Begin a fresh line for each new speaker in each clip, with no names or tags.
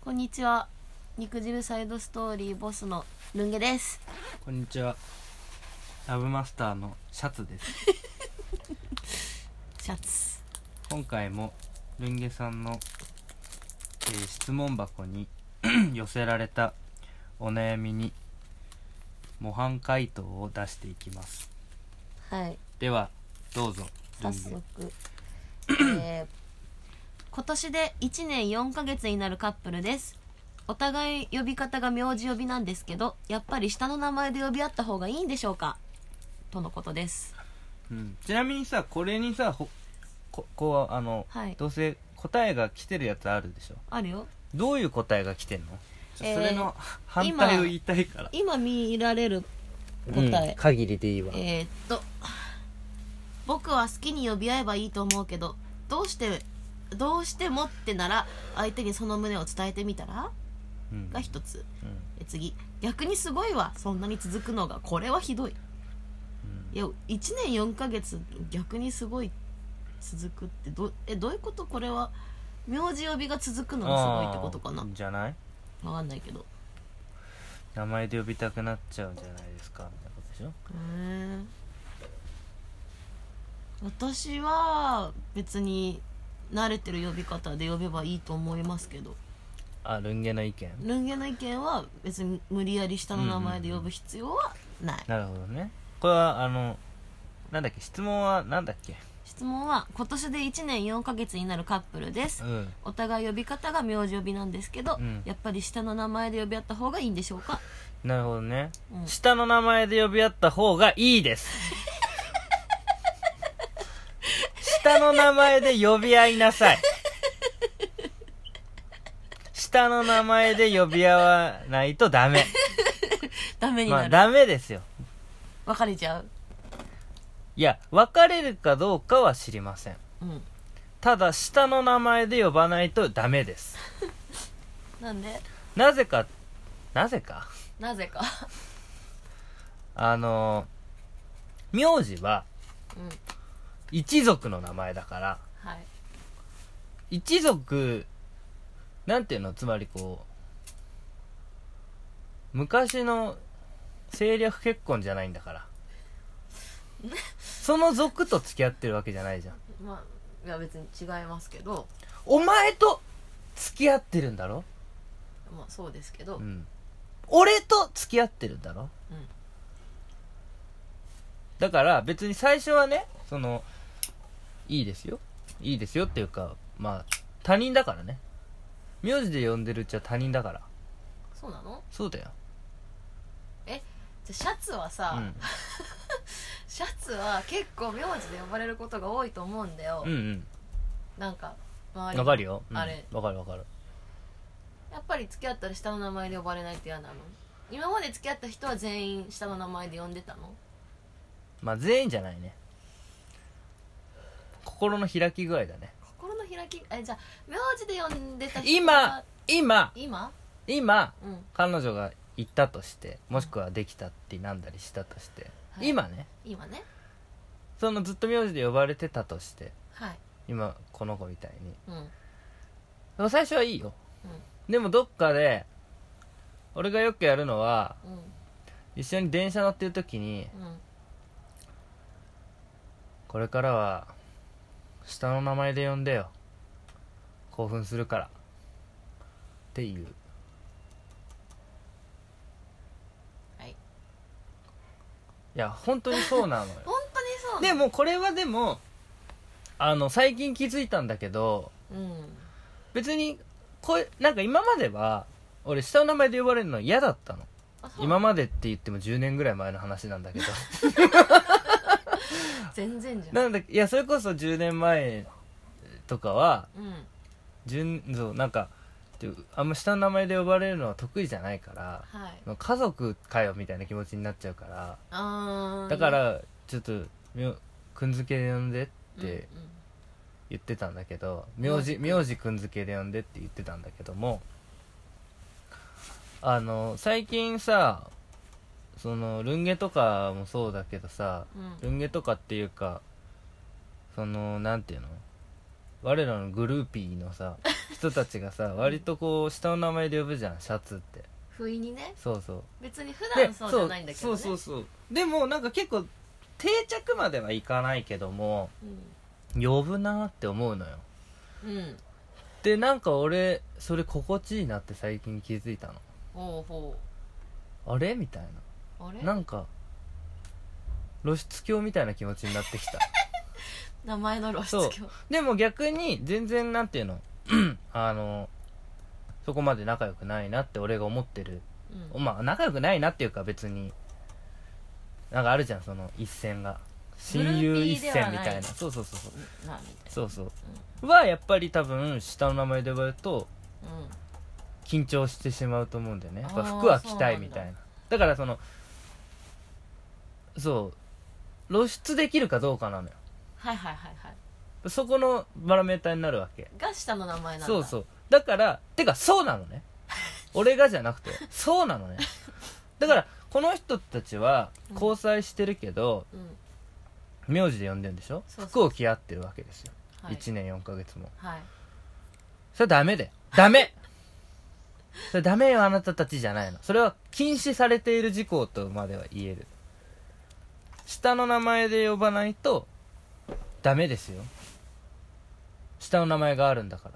こんにちは肉汁サイドストーリーボスのルンゲです
こんにちは。ラブマスターのシャツです。
シャツ
今回もルンゲさんの、えー質問箱に 寄せられたお悩みに模範回答を出していきます。
はい
ではどうぞ。ルン
早
ゲ
速、えー 今年で1年4ヶ月になるカップルですお互い呼び方が名字呼びなんですけどやっぱり下の名前で呼び合った方がいいんでしょうかとのことです
うん、ちなみにさこれにさほここうあの、
はい
どうせ答えが来てるやつあるでしょ。
あるよ
どういう答えが来てんの？ちょ
えー
それの反対を言いたいから。
今見られる答え、
うん限りでいいわ
えーっと僕は好きに呼び合えばいいと思うけどどうしてどうしてもってなら相手にその旨を伝えてみたら
うん
が一つ
うん
え次逆にすごいわそんなに続くのがこれはひどい
うん
いや1年4ヶ月逆にすごい続くってどえどういうことこれは名字呼びが続くのがすごいってことか
あ
な
ーじゃない
わかんないけど
名前で呼びたくなっちゃうんじゃないですかみたいなことでしょ
へえ私は別に慣れてる呼び方で呼べばいいと思いますけど
あルンゲの意見
ルンゲの意見は別に無理やり下の名前で呼ぶ必要はない、
なるほどねこれはあのなんだっけ質問はなんだっけ
質問は今年で1年4ヶ月になるカップルです
うん
お互い呼び方が名字呼びなんですけど、
うん
やっぱり下の名前で呼び合った方がいいんでしょうか、
なるほどね、
うん
下の名前で呼び合った方がいいです 下の名前で呼び合いなさい下の名前で呼び合わないとダ メ
ダメに
ま
な
あ
る、
ダメですよ
別れちゃう
いや別れるかどうかは知りません
うん
ただ下の名前で呼ばないとダメです
なんで
なぜかなぜか
なぜか
あの名字は
うん
一族の名前だから
はい
一族なんていうのつまりこう昔の政略結婚じゃないんだからその族と付き合ってるわけじゃないじゃん
まあいや別に違いますけど
お前と付き合ってるんだろ
まあそうですけど、
うん、俺と付き合ってるんだろ、
うん
だから別に最初はねそのいいですよいいですよっていうかまあ他人だからね名字で呼んでるうちは他人だから
そうなの
そうだよ、
じゃあシャツはさ、
うん、
シャツは結構名字で呼ばれることが多いと思うんだよ、
うんうん
なんか周り
わかるよ、うん、
あれ
わかるわかる
やっぱり付き合ったら下の名前で呼ばれないって嫌なの今まで付き合った人は全員下の名前で呼んでたの
まあ全員じゃないね心の開き具合だね
心の開きえじゃあ名字で呼んでた人
今
は
今
今
今
うん
彼女が行ったとしてもしくはできたってなんだりしたとして、
はい
今ね
今ね
そのずっと名字で呼ばれてたとして
はい
今この子みたいに
うんうん
でも最初はいいよでもどっかで俺がよくやるのは
うん
一緒に電車乗ってる時に
うん
これからは下の名前で呼んでよ興奮するからっていう
はい
いや本当にそうなのよ
本当にそうな
で
の
もこれはでもあの最近気づいたんだけど
うん
別にこうなんか今までは俺下の名前で呼ばれるの嫌だったの
あそう
今までって言っても10年ぐらい前の話なん だけど
全然じゃん
なんだいやそれこそ10年前とかは
うん
順そうなんかっていうあんま下の名前で呼ばれるのは得意じゃないから
はい
家族かよみたいな気持ちになっちゃうから
あー
だからちょっとみょくんづけで呼んでっ
うん
て
うん
言ってたんだけど
名
名
字
字名字くんづけで呼んでって言ってたんだけどもあの最近さそのルンゲとかもそうだけどさ
うん
ルンゲとかってい うかそのなんていうの我らのグルーピーのさ人たちがさ割とこう下の名前で呼ぶじゃんシャツって
不意にね
そうそう
別に普
で
段そうじゃないんだけどね
そうそうそうでもなんか結構定着まではいかないけども呼ぶなって思うのよ
うん、うん、
でなんか俺それ心地いいなって最近気づいたの
ほうほ
あれみたいう
あれ
ななんか露出狂みたいな気持ちになってきた
名前の露
そう
出狂
でも逆に全然なんていうの あのそこまで仲良くないなって俺が思ってる
うん
まあ仲良くないなっていうか別になんかあるじゃんその一線が親友一線み
グルーピーではい
た
な
ないそうそうそうそう
なみたい
そうそう、はやっぱり多分下の名前で呼ばれると
なうん
緊張してしまうと思うんだよねやっぱ
あー
服は着たいみたいな
そう
だからそのそう露出できるかどうかなのよ
はいはいはいはい
そこのバロメーターになるわけ
が下の名前なんだ
そうそうだからてかそうなの ね俺がじゃなくてそうなのねだからこの人たちは
うん
交際してるけど、
うん、
名字で呼んでるんでしょ
そうそう
服を着合ってるわけですよ、
はい、
1年4ヶ月も
はい
それはダメだよダメそれダメよあなたたちじゃないのそれは禁止されている事項とまでは言える下の名前で呼ばないとダメですよ下の名前があるんだから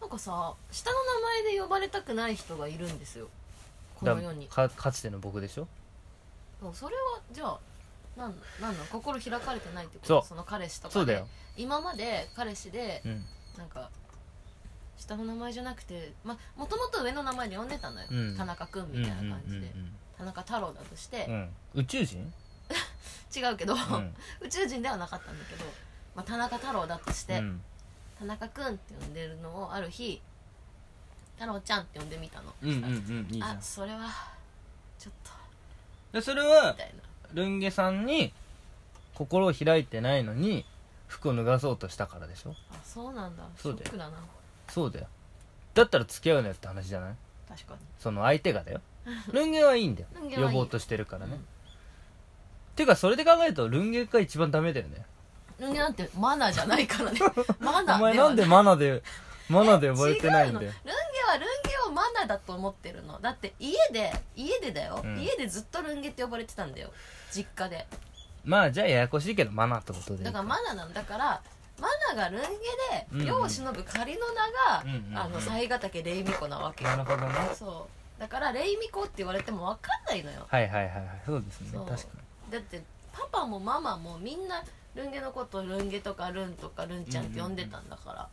なんかさ下の名前で呼ばれたくない人がいるんですよこの世に
だかかつての僕でしょ
でもそれはじゃあなんなんの心開かれてないってこと
そう
その彼氏とか、ね、
そうだよ
今まで彼氏で
うん
なんか下の名前じゃなくてまあもともと上の名前で呼んでたのよ、
うん
田中君みたいな感じで、田中太郎だとして
うん、うんうん、宇宙人、
違うけど、
うん
宇宙人ではなかったんだけど、まあ、田中太郎だとして、
うん
田中君って呼んでるのをある日太郎ちゃんって呼んでみたの、
うんうん
そし
うんいいじ
たら
ゃん
あそれはちょっと
でそれは
みたいな
ルンゲさんに心を開いてないのに服を脱がそうとしたからでしょ
あそうなんだシ
そう
ョ
だよ
ックだな
そうだよだったら付き合うなよって話じゃない
確かに
その相手が だよルンゲはいいんだよ
ルンゲはいい
呼ぼうとしてるからね、
うん
てかそれで考えるとルンゲが一番ダメだよね
人間なんてマナーじゃない からねマ
お
ナー
前なんでマナで マナで呼ばれてない
違う
んだ
の
よ
ルンゲはルンゲをマナーだと思ってるのだって家で家でだよ、
うん
家でずっとルンゲって呼ばれてたんだよ実家で
まあじゃあややこしいけどマナってことでいい
だか
か
らマナーなんだからマナーがルンゲ
うん
で
うん
世を忍ぶ仮の
うんうんうん
名が、あの西ヶ岳レイミコなわけよ
なるほどね
そうだからレイミコって言われても分かんないのよ
はいはいはいはいそうですね
そう
確かに
だってパパもママもみんなルンゲのことをルンゲとかルンとかルンちゃんって呼んでたんだから、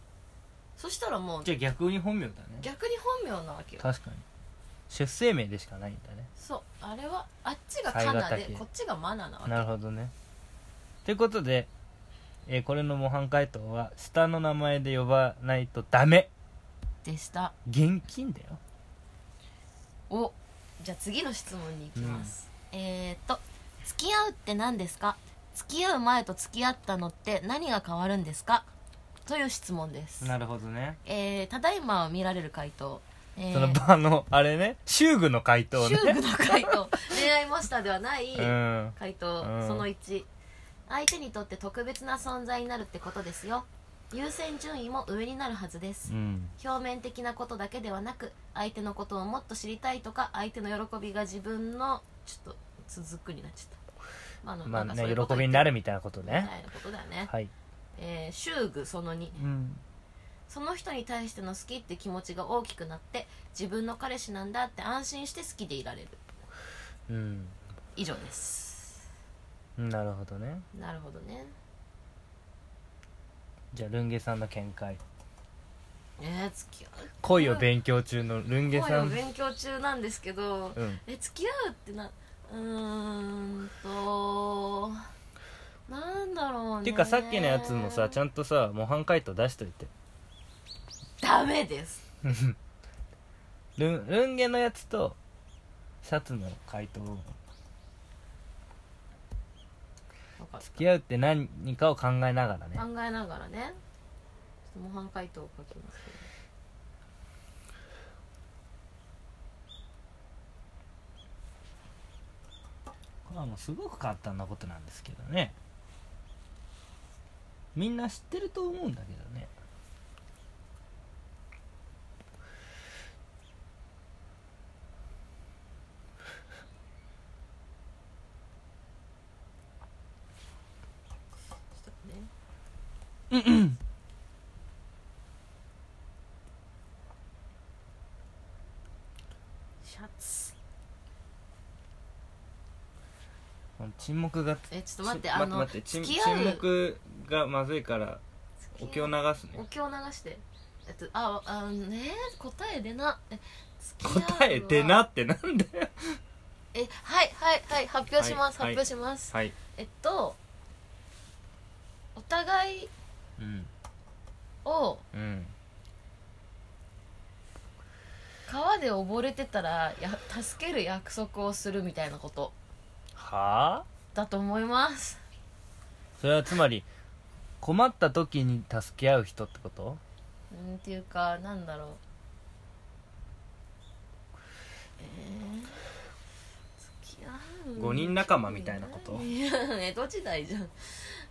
そしたらもう
じゃあ逆に本名だね
逆に本名なわけよ
確かに出生名でしかないんだね
そうあれはあっちがカナ
犀ヶ
で
岳
こっちがマナなわけ
なるほどねということで、えーこれの模範解答は下の名前で呼ばないとダメ
でした
現金だよ
おじゃあ次の質問に行きます、えー、っと「付き合うって何ですか?」「付き合う前と付き合ったのって何が変わるんですか?」という質問です
なるほどね
えー、ただいま見られる回答え
その
ー
場のあれね修具の回答
修
ね
具の回答 恋愛マスターではない
うん
回答、
うん
その1相手にとって特別な存在になるってことですよ優先順位も上になるはずです
うん
表面的なことだけではなく相手のことをもっと知りたいとか相手の喜びが自分のちょっと続くになっちゃったまああの
まあ
なん
ね
かそういうこと
喜びになるみたいなこと
言っ
ね
てみたいなことだよね、
はい
えー、修具その2
うん
その人に対しての好きって気持ちが大きくなって自分の彼氏なんだって安心して好きでいられる
うん
以上です
なるほどね
なるほどね
じゃあルンゲさんの見解
えー、付き合う
恋を勉強中のルンゲ
恋
さ
を
ん
勉強中なんですけど、
うん
え付き合うってなうーんとなんだろうね
ていうかさっきのやつもさちゃんとさ模範解答出しといて
ダメです
ルンルンゲのやつとシャツの回答付き合うって何かを考えながらね
考えながらねちょっと模範解答を書きますけど
これはもうすごく簡単なことなんですけどねみんな知ってると思うんだけどね
シャツ
この沈黙が
えちょっと待って
ち
あの
待って沈
付き合う
沈黙がまずいからお経流す
お
ね
経流してえっとああのね答え出なえ付き合うは
答えてなってなんだよ
えはいはいはい発表します、
はい
発表します、
はい
えっとお互い
うん
を
うん
川で溺れてたらや助ける約束をするみたいなこと
はあ
だと思います
それはつまり困った時に助け合う人ってこと
うんっていうかなんだろうえー、付き合う
五人仲間みたいなこと
いや江戸時代じゃん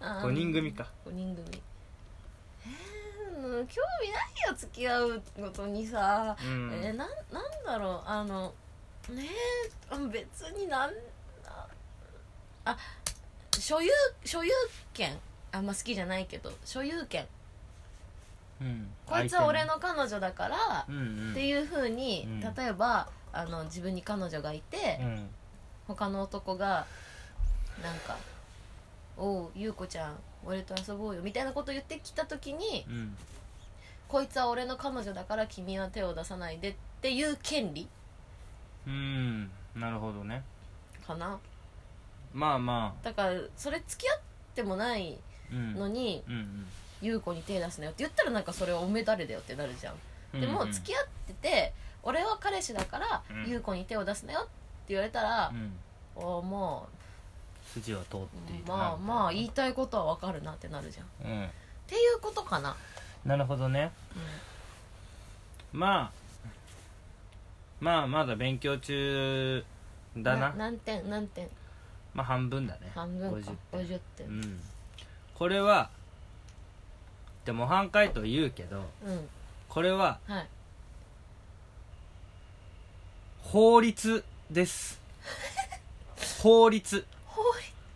あー
5人組か
5人組えー、興味ないよ付き合うことにさ、
うん
えー、なんなんだろうあのねえうん別になんああ所有所有権あんま好きじゃないけど所有権
うん
こいつは俺の彼女だから
相手、うんうん
っていうふうに、
うん
例えばあの自分に彼女がいて、
うん
他の男がなんか「おう優子ちゃん俺と遊ぼうよ」みたいなこと言ってきた時に
うん
「こいつは俺の彼女だから君は手を出さないで」っていう権利
うんなるほどね
かな
まあま
だからそれ付き合ってもない
あうん
のに
うんうん
優子に手出すなよって言ったらなんかそれはおめだれだよってなるじゃんでも付
合
き合ってて「俺は彼氏だから
うん
優子に手を出すなよ」って言われたら
う、ん
おおも
筋は通っている
うまあまあ言い
い
たいことは分かるなってなるじゃんっ
うん
ていうことかな
なるほどねまあまあまだ勉強中だな
何点何点
まあ半分だね
半分か
50
50
う
点
んこれはで模範解答言うけど
うん、
これは
はい
法律です 法律
ほい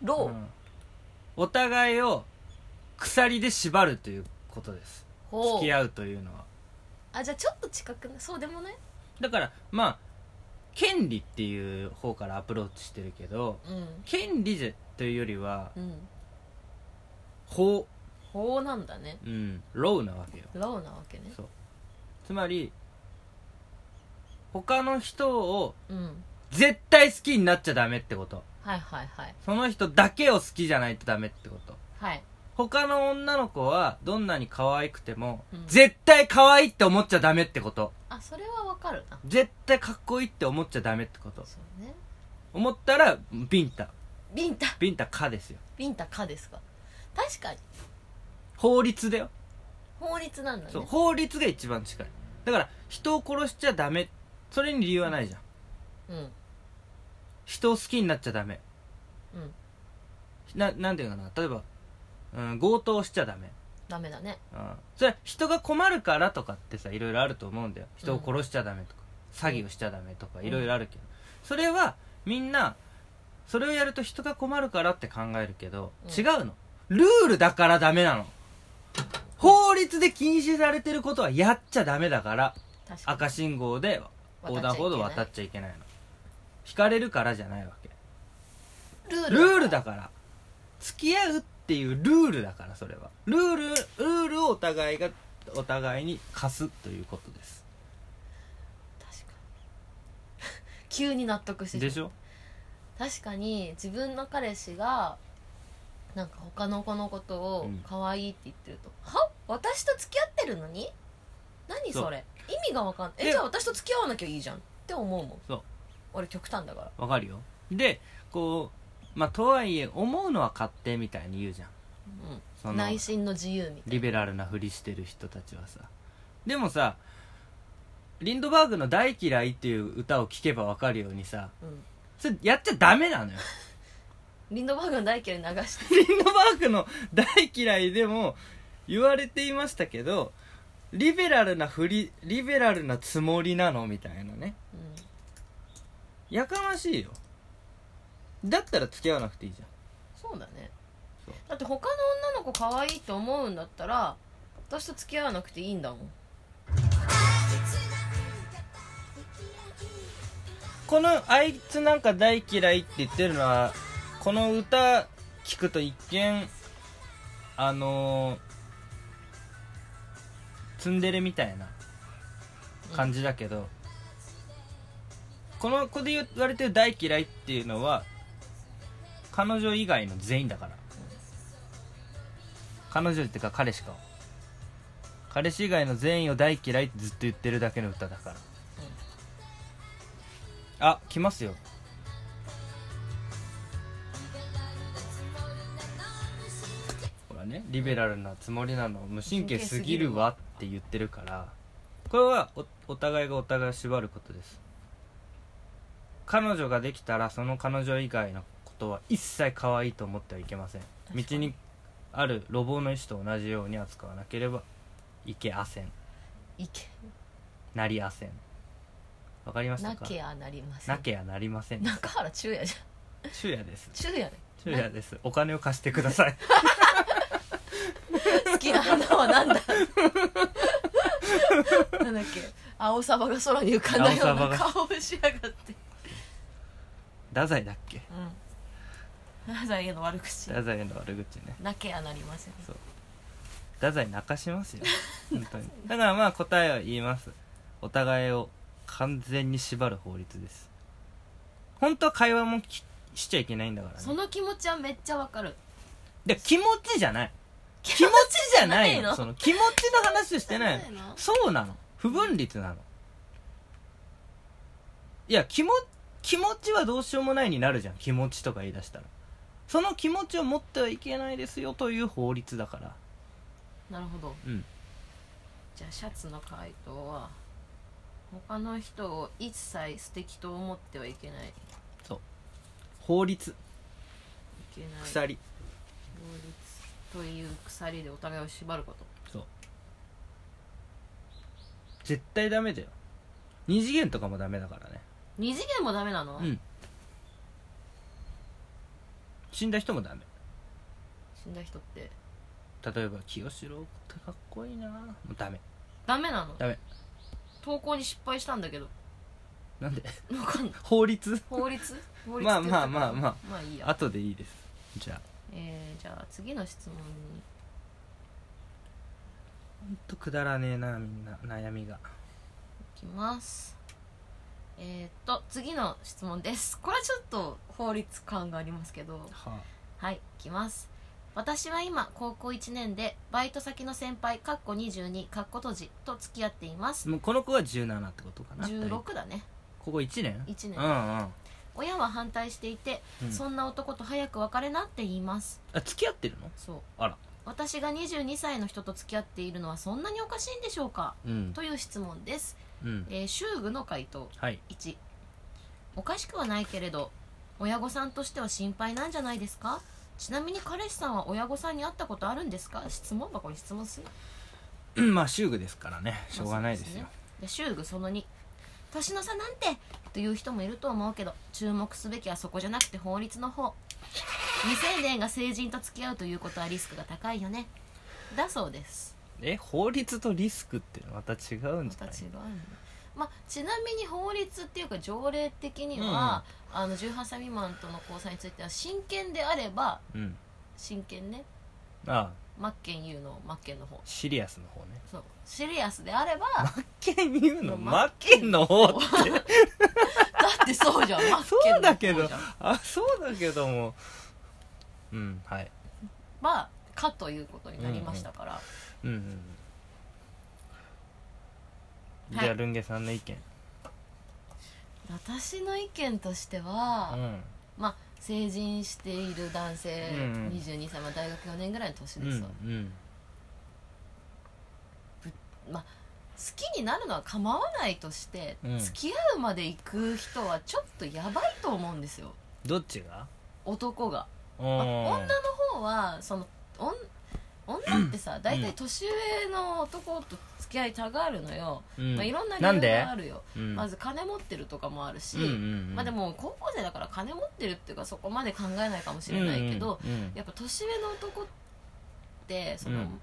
ろう、
うんお互いを鎖で縛るということです
ほう
付き合うというのは
あじゃあちょっと近くなそうでもない
だからまあ権利っていう方からアプローチしてるけど
うん
権利じゃというよりは
うん
法
ほうなんだね
うんローなわけよ
ろうなわけね
そうつまり他の人を
うん
絶対好きになっちゃダメってこと
はいはいはい
その人だけを好きじゃないとダメってこと
はい
他の女の子はどんなに可愛くても、
うん
絶対可愛いって思っちゃダメってこと
あそれはわかるな
絶対かっこいいって思っちゃダメってこと
そうね
思ったらビンタ
ビンタ
ビンタかですよ
ビンタかですか確かに
法律だよ
法律なんだね
そう法律が一番近いだから人を殺しちゃダメそれに理由はないじゃん
うん
人を好きになっちゃダメ
うん
ななんていうのかな例えば、うん、強盗しちゃダメ
ダメだね
うんそれは人が困るからとかってさいろいろあると思うんだよ人を殺しちゃダメとか、詐欺をしちゃダメとか
うん
いろいろあるけど、それはみんなそれをやると人が困るからって考えるけど、
うん
違うのルールだからダメなの法律で禁止されてることはやっちゃダメだから
確かに
赤信号で横断歩道渡っちゃいけないの引かれるからじゃないわけ
ルール
ルールだから付き合うっていうルールだからそれはルールルールをお互いがお互いに貸すということです
確かに 急に納得して
で
し
しょ
まう確かに自分の彼氏がなんか他の子のこと
う
を
ん
可愛いって言ってると、は私と付き合ってるのに何
そう
それ意味が分かんない
で
えじゃあ私と付き合わなきゃいいじゃんって思うもん
そう
俺極端だから
わかるよでこうまあとはいえ思うのは勝手みたいに言うじゃん
う
そ
ん
の
内心の自由みた
リ
いな
ベラルなふりしてる人たちはさでもさリンドバーグの「大嫌い」っていう歌を聴けばわかるようにさ
うん
それやっちゃダメなのよ
リンドバーグの大嫌い流して
リンドバーグの「大嫌い」でも言われていましたけどリベラルなふりリベラルなつもりなのみたいなね
うん
やかましいよだったら付き合わなくていいじゃん
そうだね
そう
だって他の女の子可愛いと思うんだったら私と付き合わなくていいんだもん
この「あいつなんか大嫌い」って言ってるのはこの歌聞くと一見あのー、ツンデレみたいな感じだけど、この子で言われてる「大嫌い」っていうのは彼女以外の全員だから彼女っていうか彼しか彼氏以外の全員を大嫌いってずっと言ってるだけの歌だからあ来ますよほらねリベラルなつもりなの無神経すぎるわって言ってるからこれはおお互いがお互いを縛ることです彼女ができたらその彼女以外のことは一切可愛いと思ってはいけません
確かに
道にある路傍の石と同じように扱わなければいけあせん
いけ
なりあせんわかりまし
な
たか
きゃなりません
なけやなりません
中原中也じゃん
昼夜です
中也ね
昼夜ですお金を貸してください
好きな 花はなんだなんだっけ青サバが空に浮かんだよ
青サ
う
バ
な
が
顔をしやがって
太宰だっけ
うんなぜへの悪口
太宰の悪口ね
なきゃなりません
そう太宰泣かしますよ本当にだからまあ答えは言いますお互いを完全に縛る法律です本当は会話もきしちゃいけないんだから
そ
ね
の気持ちはめっちゃわかる
で気持ちじゃない
気
気持ちじゃないの
の
その気持ちの話をしてないのそうなの不分律なのいや気も気持ちはどうしようもないになるじゃん気持ちとか言い出したらその気持ちを持ってはいけないですよという法律だから
なるほど
うん
じゃあシャツの回答は他の人を一切素敵と思ってはいけないい
法律
けない
鎖、
法律という鎖でお互いを縛ること
絶対ダメだよ二次元とかもダメだからね
二次元もダメなの、
うん死んだ人もダメ
死んだ人って
例えば清志郎ってかっこいいなもうダメ
ダメなの
ダメ
投稿に失敗したんだけど
なんで
わかんない
法律
法律法律
まあまあまあまあ
あまあいいや
後でいいですじゃあ
えー、じゃあ次の質問に
ほんとくだらねえなみんな悩みが
いきますえー、っと次の質問ですこれはちょっと法律感がありますけど
はあ
はいいきます私は今高校1年でバイト先の先輩かっこ22かっこ閉じと付き合っています
もうこの子は17ってことかな
16だね
ここ1年
1
うんうん
年親は反対していて、
うん
そんな男と早く別れなって言います
あ付き合ってるの
そう
あら
私が22歳の人と付き合っているのはそんなにおかしいんでしょうか
うん
という質問です、
うん
えー、修具の回答
はい
1おかしくはないけれど親御さんとしては心配なんじゃないですかちなみに彼氏さんは親御さんに会ったことあるんですか質問箱に質問する
うんまあ修具ですからねしょうがないですよ
まあそうですねで修具その2年の差なんてという人もいると思うけど注目すべきはそこじゃなくて法律の方未成年が成人と付き合うということはリスクが高いよねだそうです
え法律とリスクってまた違うん
ま
じゃ
た
ない
違うのまあ、ちなみに法律っていうか条例的には、あの18歳未満との交際については親権であれば
うん
親権ね
ああ
マッケン U のマッケンの方
シリアスの方ね
そうシリアスであ ればだ
マッケン言うの
ま
マッケンの方って
ってそうじゃんマッケン
そう
の
だ
方じ
け
ゃん
ど あそうだけどもうんはい
まあかということになりましたから、
うんうんうんじゃ
は
あ
い
ルンゲさんの意見
私の意見として
う
は、
ん
まあ成人している男性、
うんうん
22歳、まあ、大学4年ぐらいの年
う
で
ん
す、
うん
好きになるのは構わないとして、
うん
付き合うまで行く人はちょっとやばいと思うんですよ
どっちが
男が、
う
まあ
ん
女の方はそのおん女ってさ大体年上の男と付き合いたがるのよ、
うん
まあ、いろんな
なん
理由
で
があるよ
うん
まず金持ってるとかもあるし、
うんうんうん
まあ、でも高校生だから金持ってるっていうかそこまで考えないかもしれないけど、
うんうんうん
やっぱ年上の男ってその、
うん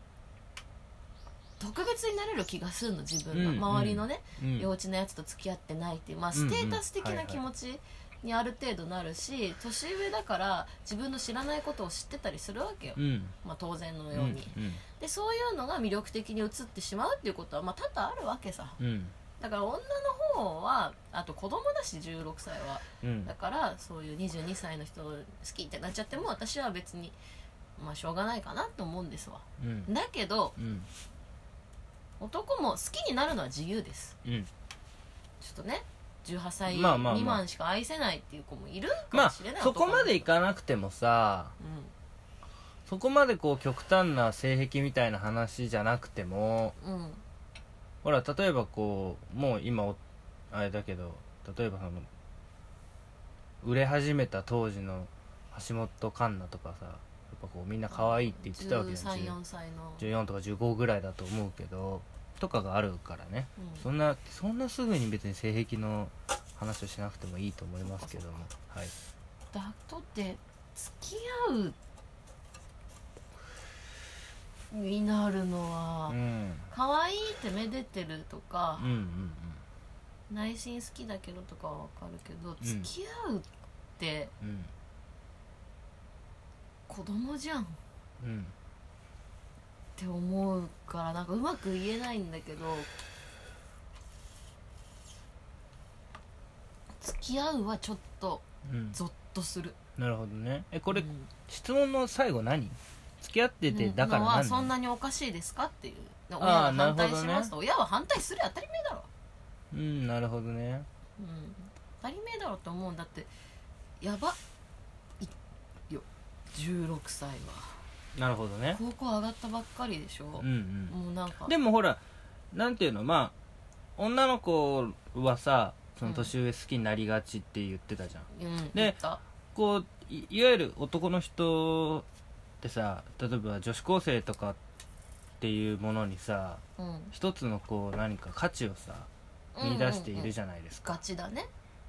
特別になれる気がするの自分が、
うんうん
周りのね、
うん
幼稚なやつと付き合ってないっていう、まあ、
うんう
ス
ん
テータス的
はいは
ない気持ちにある程度なるし、年上だから自分の知らないことを知ってたりするわけよ、
うん
まあ、当然の
う
ように、
ん
でそういうのが魅力的に映ってしまうっていうことは、まあ、多々あるわけさ
うん
だから女の方はあと子供だし16歳は
うん
だからそういう22歳の人好きってなっちゃっても私は別にまあしょうがないかなと思うんですわ
うん
だけど
うん
男も好きになるのは自由です
うん
ちょっとね18歳
まあまあまあ
未満しか愛せないっていう子もいるか
ま
も
あ
しれない、
そこまでい
い
かなくてもさそこまでこう極端な性癖みたいな話じゃなくても
うんうん
ほら例えばこうもう今おあれだけど例えばその売れ始めた当時の橋本環奈とかさやっぱこうみんな可愛いって言ってたわけじゃん
1314歳の、
14とか15ぐらいだと思うけどとかがあるからね
うん
そんなそんなすぐに別に性癖の話をしなくてもいいと思いますけどもはい
だとって付き合うになるのは
うん
可愛いってめでてるとか
うん、うん
内心好きだけどとかはわかるけど
ん
付き合うって
うん
子供じゃんっ
うんうん
て思うからなんかうまく言えないんだけど付き合うはちょっと
うん
ゾッとする
なるほどねえこれ、
うん
質問の最後何付き合っててだから
のは
何
そんなにおかしいですかっていう親が反対しますと、親は反対する当たり前だろ、
うんなるほどね
うん、当たり前だろって思うんだってやばいよ16歳は
なるほどね
高校上がったばっかりでしょ、
うんうん
もうなんか
でもほらなんていうのまあ女の子はさその年上好きになりがちって言ってたじゃん、
うん、
で
言った
こういいわゆる男の人ってさ例えば女子高生とかっていうものにさ
うん
一つのこう何か価値をさ見出しているじゃないですか、
ガチだね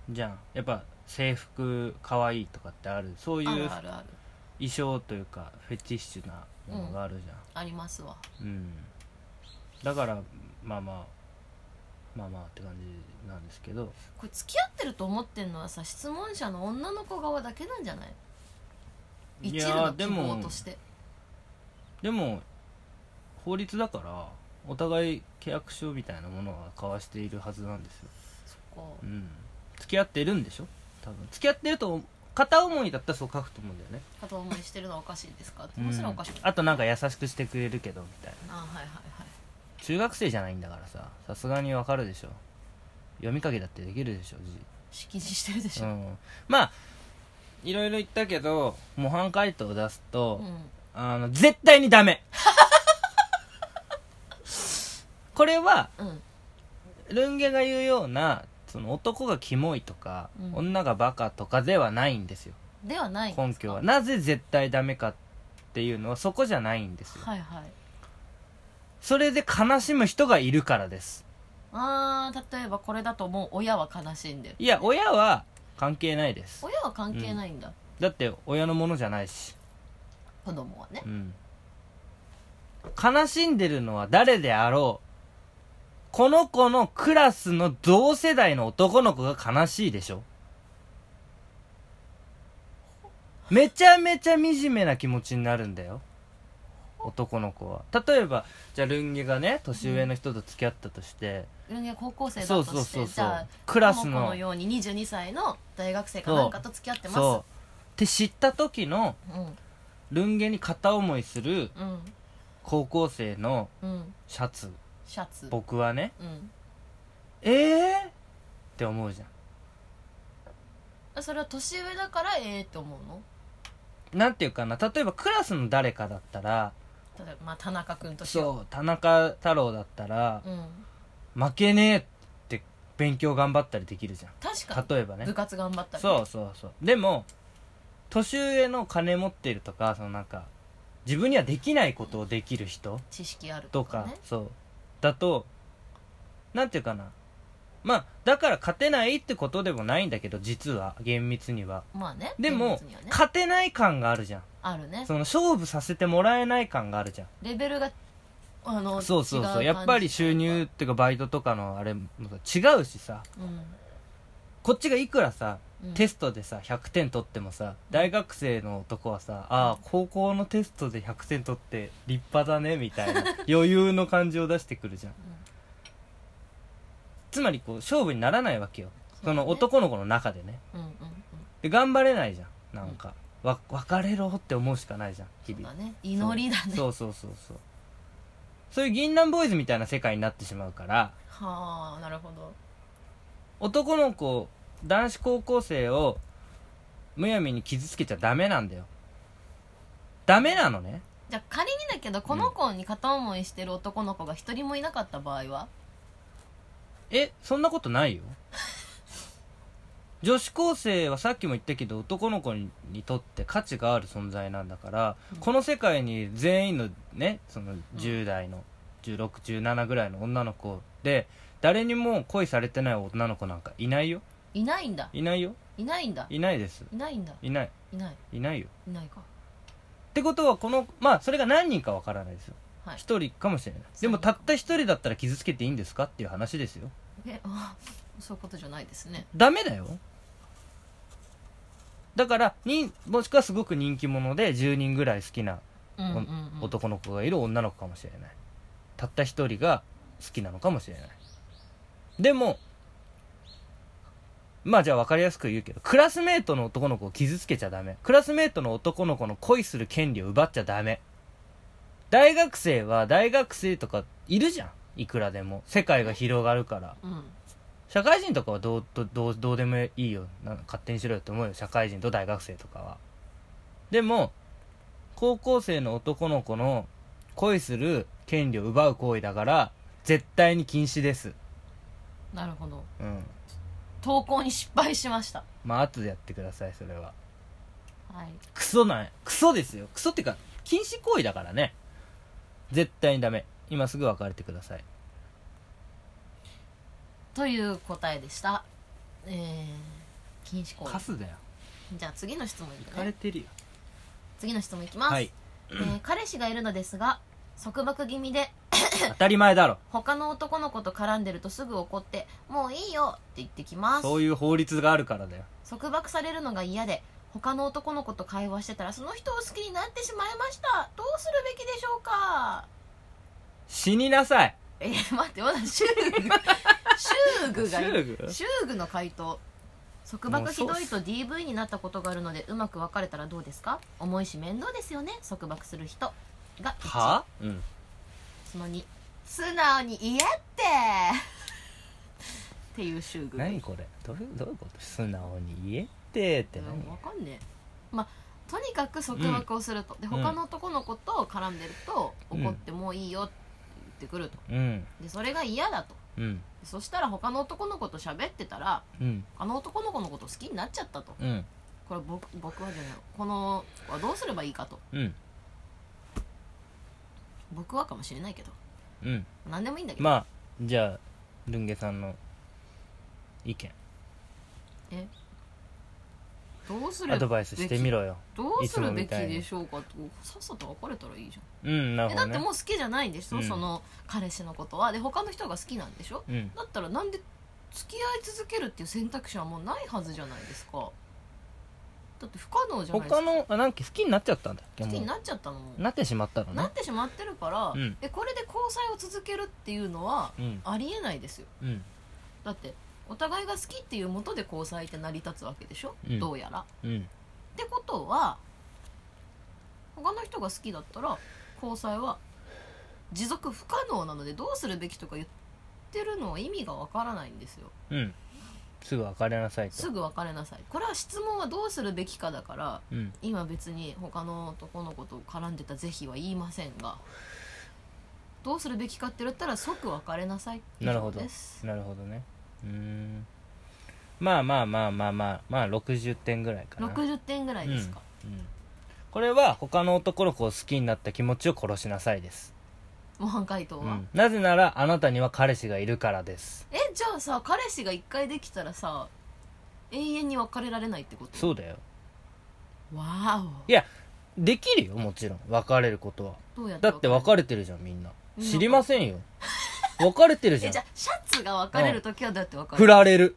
じゃんやっぱ制服可愛いとかってあるそういう
あるあ
衣
るある
装というかフェティッシュなものがあるじゃん、
ありますわ
うん、だからまあまあまあまあって感じなんですけど
これ付き合ってると思ってんのはさ質問者の女の子側だけなんじゃない一
や
部の
ー
希
で
望
も
として
でも法律だからお互い契約書みたいなものは交わしているはずなんですよ、
そこ
うん、付き合ってるんでしょ多分付き合ってると片思いだったらそう書くと思うんだよね
片思いしてるのはおかしいですかって
うん
もちろんおかしい、
あとなんか優しくしてくれるけどみたいな
あはいはいはい
中学生じゃないんだからささすがにわかるでしょ読み書きだってできるでしょ字
識字してるでし
う
ょ、
ん、まあいろいろ言ったけど模範解答を出すと、
うん
あの絶対にダメ これは
うん
ルンゲが言うようなその男がキモいとか、
うん
女がバカとかではないんですよ
ではないんですか
根拠はなぜ絶対ダメかっていうのはそこじゃないんですよ、
はいはい
それで悲しむ人がいるからです
あー例えばこれだともう親は悲しんでる
いや親は関係ないです
親は関係ないんだ、
だって親のものじゃないし
子供はね
うん、悲しんでるのは誰であろうこの子のクラスの同世代の男の子が悲しいでしょめちゃめちゃ惨めな気持ちになるんだよ男の子は例えばじゃあルンゲがね年上の人と付き合ったとして、
ルンゲは高校生だ
そ
として
うそうそう
じ
そ
ゃあ
うクラス
この子
の
のように22歳の大学生かなんかと付き合ってます
そうって知った時の
うん
ルンゲに片思いする
うん
高校生の
うん
シャツ
シャツ
僕はね
うん
ええって思うじゃ
それは年上だからええって思うの
んなんていうかな例えばクラスの誰かだったら
例えばまあ田中君としよ
そう田中太郎だったら
う、、うん、
負けねえって勉強頑張ったりできるじゃ
確か
ん例えば
に
ね
部活頑張ったり
そうそうそうでも年上の金持ってるとかそのなんか自分にはできないことをできる人
知識ある
と
とか
か
ね
そうだとなんていうかなまあだから勝てないってことでもないんだけど実は厳密には
まあね
でも
厳密にはね
勝てない感があるじゃん
あるね
その勝負させてもらえない感があるじゃん
レベルがあの
そうそうそう
違
や
感じ
っぱり収入っていうかバイトとかのあれもさ違うしさこっちがいくらさ
うんうん
テストでさ100点取ってもさ大学生の男はさああ高校のテストで100点取って立派だねみ たいな余裕の感じを出してくるじゃん
うん
つまりこう勝負にならないわけよ
うだ
そ
ね
の男の子の中でね
うんうんうん
で頑張れないじゃんなんか、わ別れろって思うしかないじゃん日
そう
々
だね祈りだね
そうそうそうそうそういう銀杏ボーイズみたいな世界になってしまうから
はあなるほど
男の子男子高校生をむやみに傷つけちゃダメなんだよダメなのね
じゃあ仮にだけどこの子に片思いしてる男の子が一人もいなかった場合は
えそんなことないよ 女子高生はさっきも言ったけど男の子ににとって価値がある存在なんだから、
うん
この世界に全員のねその10代の1617ぐらいの女の子で誰にも恋されてない女の子なんかいないよ
いないんだ
いないよ
いないんだ
いないです
いないんだ
いない
いない
いないよ
いないか
ってことはこのまあそれが何人かわからないですよ
はい
一、人かもしれないでもたった一人だったら傷つけていいんですかっていう話ですよ
えあそういうことじゃないですね
ダメだよだからにもしくはすごく人気者で10人ぐらい好きな
うんうん、うん、
男の子がいる女の子かもしれないたった一人が好きなのかもしれないでもまあじゃあ分かりやすく言うけどクラスメートの男の子を傷つけちゃダメクラスメートの男の子の恋する権利を奪っちゃダメ大学生は大学生とかいるじゃんいくらでも世界が広がるから
うん
社会人とかはどうどどうどうでもいいよなんか勝手にしろよって思うよ社会人と大学生とかはでも高校生の男の子の恋する権利を奪う行為だから絶対に禁止です
なるほど
うん
投稿に失敗しました
まあ後でやってくださいそれは
はい
クソなんクソですよクソっていうか禁止行為だからね絶対にダメ今すぐ別れてください
という答えでしたえー、禁止行為
スだよ
じゃあ次の質問い
行
くね
てるよ
次の質問いきます、
はい
えー彼氏がいるのですが束縛気味で
当たり前だろ
他の男の子と絡んでるとすぐ怒って「もういいよ」って言ってきます
そういう法律があるからだよ
束縛されるのが嫌で他の男の子と会話してたらその人を好きになってしまいましたどうするべきでしょうか
死になさい
えー、待ってまだ修 具修具がいる
修具
修具の回答束
も
縛
う
ひ
そうっ
ど
す
いと DV になったことがあるのでうまく別れたらどうですか重いし面倒ですよね束縛する人が1
はうん
その2素直に言えってっていう修具
何これどういうどういうこと素直に言えってって
うん
何
わかんねえまあとにかく束縛をすると、で
ん
他の男の子と絡んでると
うん
怒ってもういいよって言ってくると
うん
でそれが嫌だと
うん
そしたら他の男の子と喋ってたら
うん
他の男の子のこと好きになっちゃったと
うん
これ僕僕はじゃないこの子はどうすればいいかと
うん
僕はかもしれないけど
うん
何でもいいんだけど、
まあじゃあルンゲさんの意見
えどうする
アドバイスしてみろよ
どうするべ
いつもみ
き
たいに
でしょうかとさっさと別れたらいいじゃん
うんな
え
るほ
だ
ど
っ
ね
てもう好きじゃないんでしょ、
うん
その彼氏のことはで他の人が好きなんでしょ
うん
だったらなんで付き合い続けるっていう選択肢はもうないはずじゃないですかだって不可能じゃないです
他
か
のあなんか好きになっちゃったんだっけ
好きに
も
なっちゃったのも
うなってしまったの
な
ね
ってしまってるから、
うん
えこれで交際を続けるっていうのは
うん
ありえないですよ
うん
だってお互いが好きっていうもとで交際って成り立つわけでしょ、
うん
どうやら
うん
ってことは他の人が好きだったら交際は持続不可能なのでどうするべきとか言ってるのは意味がわからないんですよ
うんすぐ別れなさいと
すぐ別れなさいこれは質問はどうするべきかだから
うん
今別に他の男の子と絡んでた是非は言いませんがどうするべきかって言ったら即別れなさいって
なる
こ
ほ
と
ど
です
なるほどねうーんまあまあまあまあまあまあ60点ぐらいかな
60点ぐらいですか、
うんうんこれは他の男の子を好きになった気持ちを殺しなさいです、
模範解答
う
は、
ん、なぜならあなたには彼氏がいるからです
えじゃあさ彼氏が一回できたらさ永遠に別れられないってこと
そうだよ
わ
いやできるよもちろん別れることは
おどうやって
だって
別
別れてるじゃんみんな
うん
知りませんよ別れてるじ
れえ
ゃん
じゃあシャツが別れる時はどうやって別れ
振
る
られる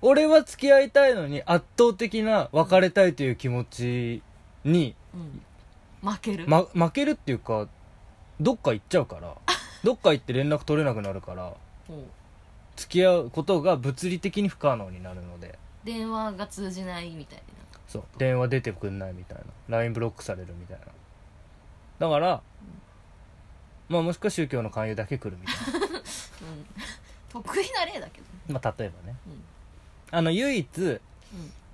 俺は付き合いたいのに圧倒的な別れたいという気持ちに、
うん、負ける、
ま、負けるっていうかどっか行っちゃうから どっか行って連絡取れなくなるから
ほう
付き合うことが物理的に不可能になるので
電話が通じないみたいな
そう電話出てくんないみたいな LINE ブロックされるみたいなだから、まあ、もしくは宗教の勧誘だけ来るみたい な
うん、得意な例だけどね、
まあ例えばね
うん
あの唯一
うん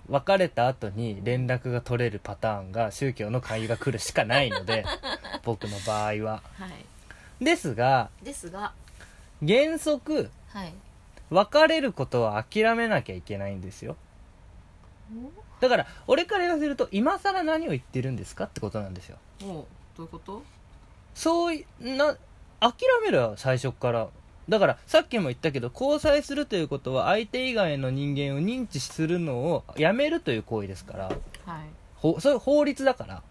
別れた後に連絡が取れるパターンが宗教の勧誘が来るしかないの で僕の場合は
はい
ですが
ですが
原則
はい
別れることは諦めなきゃいけないんですよだから俺から言わせると今更何を言ってるんですかってことなんですよ
おおどういうこと
そういな諦めるは最初っからだからさっきも言ったけど交際するということは相手以外の人間を認知するのをやめるという行為ですから
はい
ほそういう法律だから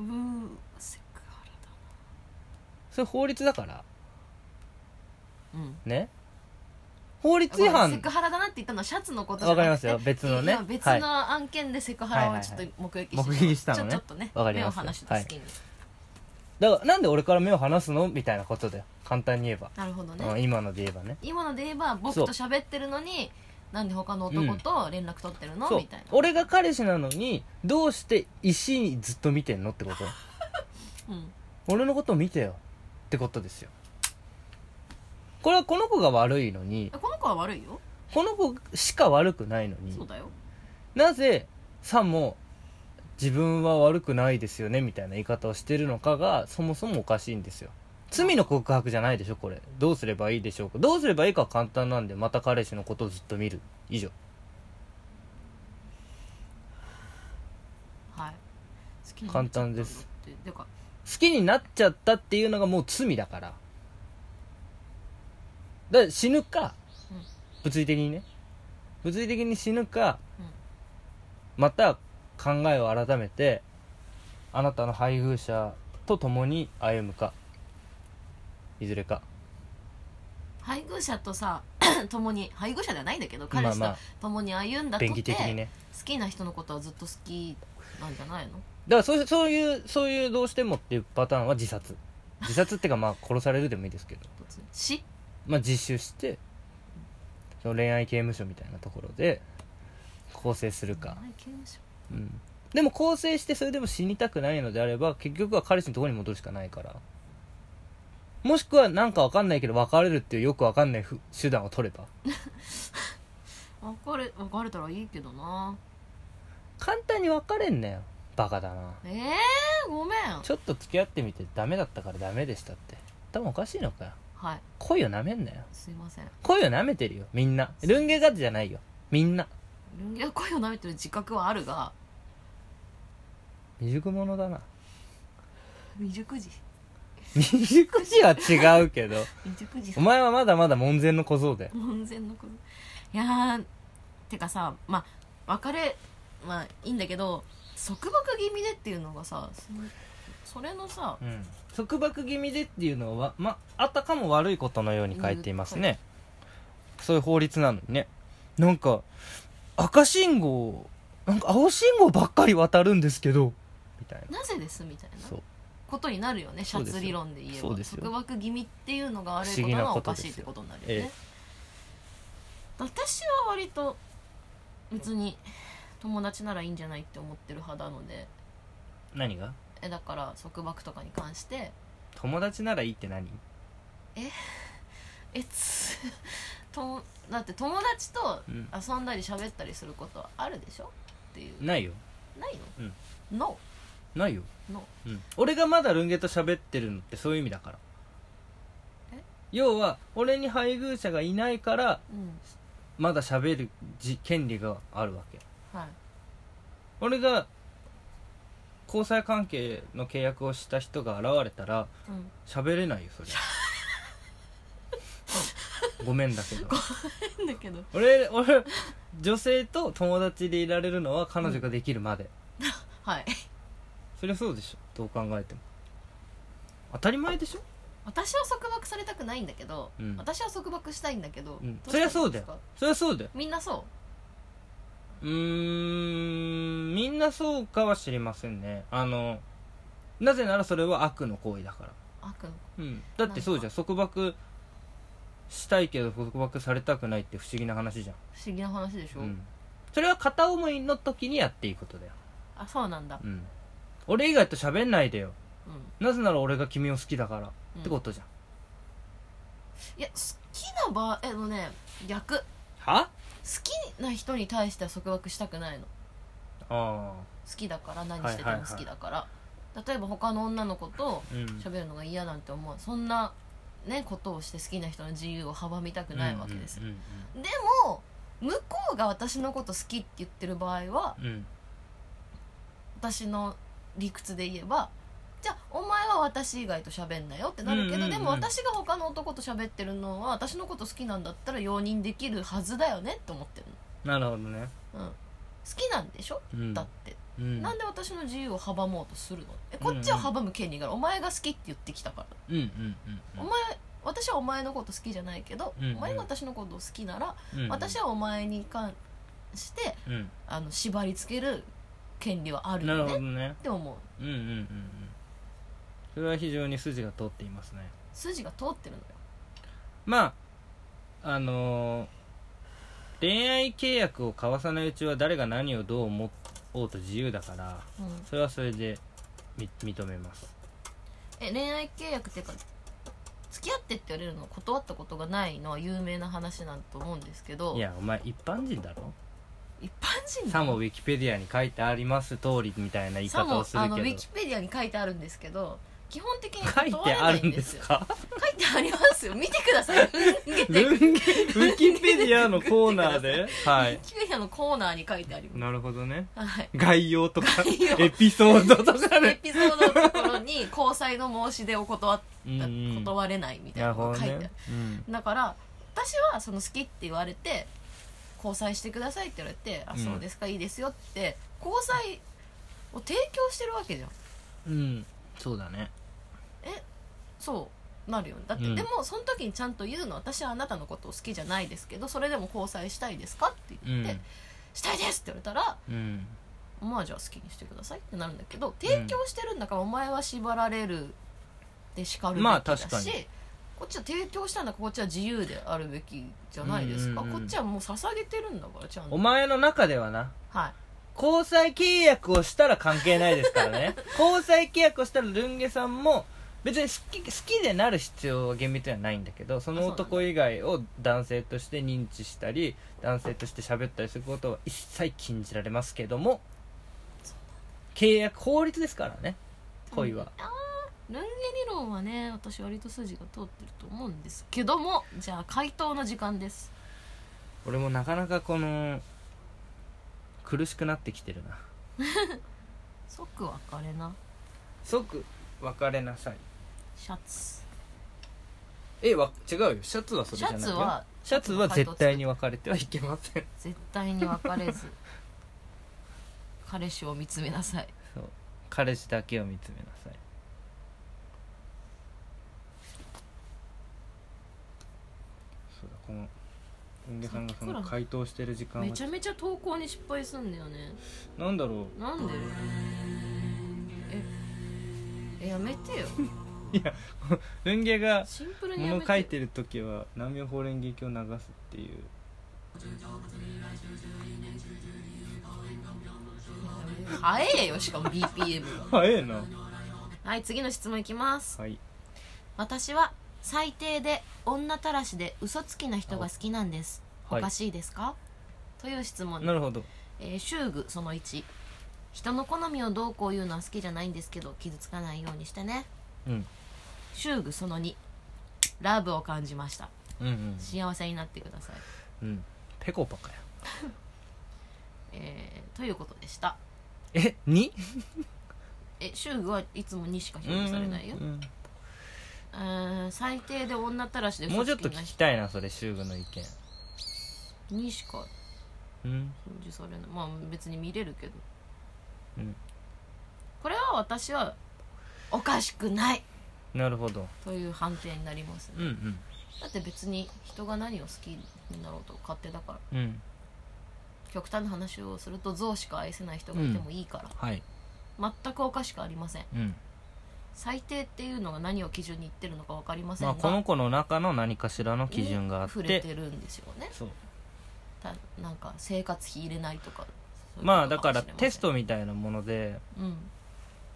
うーセクハラ
それ法律だから
だうん
ね法律違
セ
反
クハラだなって言ったのはシャツのことじゃ
わ
なく
か
て
りますよ別のね
今別
はい、
の案件でセクハラをちょっと目撃して
はいはいはい目撃したのね
ちょちょっとね
わかり
目
ま
を
すよ
離してた好きに、
だからなんで俺から目を離すのみたいなことだよ簡単に言えば、
なるほどね、
うん、今ので言えばね
今ので言えば僕と喋ってるのになんで他の男と連絡取ってるの、
そう
みたいな
俺が彼氏なのにどうして石にずっと見てんのってこと
うん
俺のこと見てよってことですよこれはこの子が悪いのに
えこの子は悪いよ
この子しか悪くないのに
そうだよ
なぜさも自分は悪くないですよねみたいな言い方をしてるのかがそもそもおかしいんですよ罪の告白じゃないでしょこれどうすればいいでしょうかどうすればいいかは簡単なんでまた彼氏のことをずっと見る以上
はい好きになっちゃった
簡単です
っててか
好きになっちゃったっていうのがもう罪だからだから死ぬか、
うん
物理的にね物理的に死ぬか、
うん
また考えを改めてあなたの配偶者と共に歩むかいずれか
配偶者とさ 共に配偶者ではないんだけど彼
まあ
氏
ま
と
あ
共に歩んだと
便
っ
宜
て、
的にね
好きな人のことはずっと好きなんじゃないの
だからそうそういうそういうどうしてもっていうパターンは自殺自殺っていうかまあ殺されるでもいいですけど
突然死
まあ、実習してその恋愛刑務所みたいなところで更生するか、
はい刑務所
うん、でも更生してそれでも死にたくないのであれば結局は彼氏のところに戻るしかないからもしくはなんかわかんないけど別れるっていうよくわかんないふ手段を取れば
別れ別れたらいいけどな
簡単に別れんなよバカだな
ええー、ごめん
ちょっと付き合ってみてダメだったからダメでしたって多分おかしいのかよ
はい
恋を舐めんなよ
すいません
恋を舐めてるよみんなルンゲガチじゃないよみんな
人間は恋を舐めてる自覚はあるが
未熟者だな
未熟児
未熟児は違うけど
未熟児
お前はまだまだ門前の小僧だよ
門前のこといやーてかさまあ別れまあいいんだけど束縛気味でっていうのがさそのそれのさ
うん、束縛気味でっていうのは、ま、あたかも悪いことのように書いていますね、そういう法律なのにねなんか赤信号なんか青信号ばっかり渡るんですけどみたいな
なぜですみたいな
そう
ことになるよねシ
そう
ャ
ですよ
ツ理論で言え
そう
ば
ですよ
束縛気味っていうのが悪い
不
こ
思
と
議な
が
こ
おか
とです
しい
よ
ってことになるよ
え
ね、私は割と別に友達ならいいんじゃないって思ってる派なので
え何が
えだから束縛とかに関して
友達ならいいって何
えつともだって友達と
うん
遊んだり喋ったりすることはあるでしょっていう
ないよ
ないの、う ?NO
ないよ、
NO
うん、俺がまだルンゲと喋ってるのってそういう意味だから
え
要は俺に配偶者がいないから
うん
まだ喋るじ権利があるわけ
はい
俺が交際関係の契約をした人が現れたら
うん
喋れないよそれごめ んだけど
変だけど
俺俺女性と友達でいられるのは彼女ができるまで、
はい
そりゃそうでしょどう考えても当たり前でしょ
私は束縛されたくないんだけど、
うん
私は束縛したいんだけど、
うん
どしたらいいんですか
そりゃそうだよそりゃそうだよ
みんなそう
うーんみんなそうかは知りませんねあのなぜならそれは悪の行為だから
悪の
うん、だってそうじゃん束縛したいけど束縛されたくないって不思議な話じゃん、
不思議な話でしょ、
うんそれは片思いの時にやっていいことだよ、
あそうなんだ
うん、俺以外と喋んないでよ
うん、
なぜなら俺が君を好きだから、
うん
ってことじゃん
いや好きな場合えのね逆好
は
きな人に対しては束縛したくないの
あ
好きだから何してて
はいは
も
いはい
好きだから、例えば他の女の子と
あうん
喋るのが嫌なんて思うそんなねことをして好きな人の自由を阻みたくないわけですよ、
うん
でも向こうが私のこと好きって言ってる場合は
うんうん
私の理屈で言えばじゃあお前は私以外と喋んなよってなるけど、
うんうんうん
でも私が他の男と喋ってるのは私のこと好きなんだったら容認できるはずだよねって思ってる
なるほどね
の、うん、好きなんでしょ
うん
だって、
うん
なんで私の自由を阻もうとするのえこっちは阻む権利があるお前が好きって言ってきたから、
うんうんうん
お前私はお前のこと好きじゃないけど、
うんうん
お前が私のことを好きなら、
うん
私はお前に関して
うん
あの縛り付ける権利はある
なる
よ
ほ
ね
ど
っ
ね
て思う
うんうんうんうんそれは非常に筋が通っていますね
筋が通ってるのよ
まああのー恋愛契約を交わさないうちは誰が何をどう思おうと自由だから
うん
それはそれでみ認めます
え恋愛契約っていうか付き合ってって言われるのを断ったことがないのは有名な話なんと思うんですけど
いやお前一般人だろ
一般人
さもウィキペディアに書いてあります通りみたいな言い
さ
方を
も
する
あのウ
け
ィ
ど
キペディアに書いてあるんですけど基本的に
書い
断
て
れ
あ
ない
るん
ん
で
ですすよ
か
書いてありますよ見てください文芸
ウ
テクウィ
ィキペディアのコーナーではい
キペディアのコーナーに書いてありま
なるほどね
すはい
概要とか
概要
エピソードとか
エ
ね
ピソードのところに交際の申し出を断っ
うん
た
うん
断れないみたい
な
な
る
の
ほ
が
ど
書いてある
ねうん
だから私はその好きって言われて交際してくださいって言われてあ
うん
そうですか、いいですよって交際を提供してるわけじゃん
うんそうだね
そうなるよねだって、
うん
でもその時にちゃんと言うの私はあなたのことを好きじゃないですけどそれでも交際したいですかって
う
言って、
ん
したいですって言われたら
うん
まあじゃあ好きにしてくださいってなるんだけど提供してるんだからお前は縛られるで叱るべきだし、
まあ確かに
こっちは提供したんだからこっちは自由であるべきじゃないですか、
うんうんうん
こっちはもう捧げてるんだからちゃんと
お前の中ではな
はい
交際契約をしたら関係ないですから ね交際契約をしたらルンゲさんも別に好き好きでなる必要は厳密にはないんだけどその男以外を男性として認知したり男性として喋ったりすることは一切禁じられますけども契約法律ですからね恋は、
ルンゲ理論はね私割と筋が通ってると思うんですけどもじゃあ回答の時間です
俺もなかなかこの苦しくなってきてるな
即別れな
即別れなさい
シャツ
えわ違うよシャツはそれじ
シ
ゃな
ャ
いよ
ツは
シャツは絶対に別れてはいけません
絶対に別れず彼氏を見つめなさい
そう彼氏だけを見つめなさいそうだこの運ゲさんがその回答してる時間は
めちゃめちゃ投稿に失敗すんだよね
なんだろ
なんでええやめてよ
う運ゲが
シンプルにやめ
物
て
書いてる時は南無法蓮華経を流すっていう
早えよしかも BPM が
早えな
はい次の質問いきます
はい
私は最低で女たらしで嘘つきな人が好きなんです、
はい
おかしいですかという質問
なるほど
えー、修具その1人の好みをどうこう言うのは好きじゃないんですけど傷つかないようにしてね
うん
修具その2ラブを感じました
うんうん
幸せになってください、
うんペコパかよ
えーということでした
え二 2?
え祝具はいつも2しか表示されないよ、
うん
えー最低で女たらしで
もうちょっ
嘘
と
つきな
聞き
人
たいなそれ修具の意
2しか
見うん
表示されないまあ別に見れるけど、
うん
これは私はおかしくない
なるほど
という判定になりますね、
うん
だって別に人が何を好きになろうと勝手だから
うんうん
極端な話をすると象しか愛せない人がいてもいいから、
はい
全くおかしくありません
うん
最低っていうのが何を基準に言ってるのか分かりません
ま
が、
あこの子の中の何かしらの基準があっ
触れ
て
てるんでしょうね
そう
たなんか生活費入れないとかそういうこと
まあだか
も
ら
しれません
テストみたいなもので
うん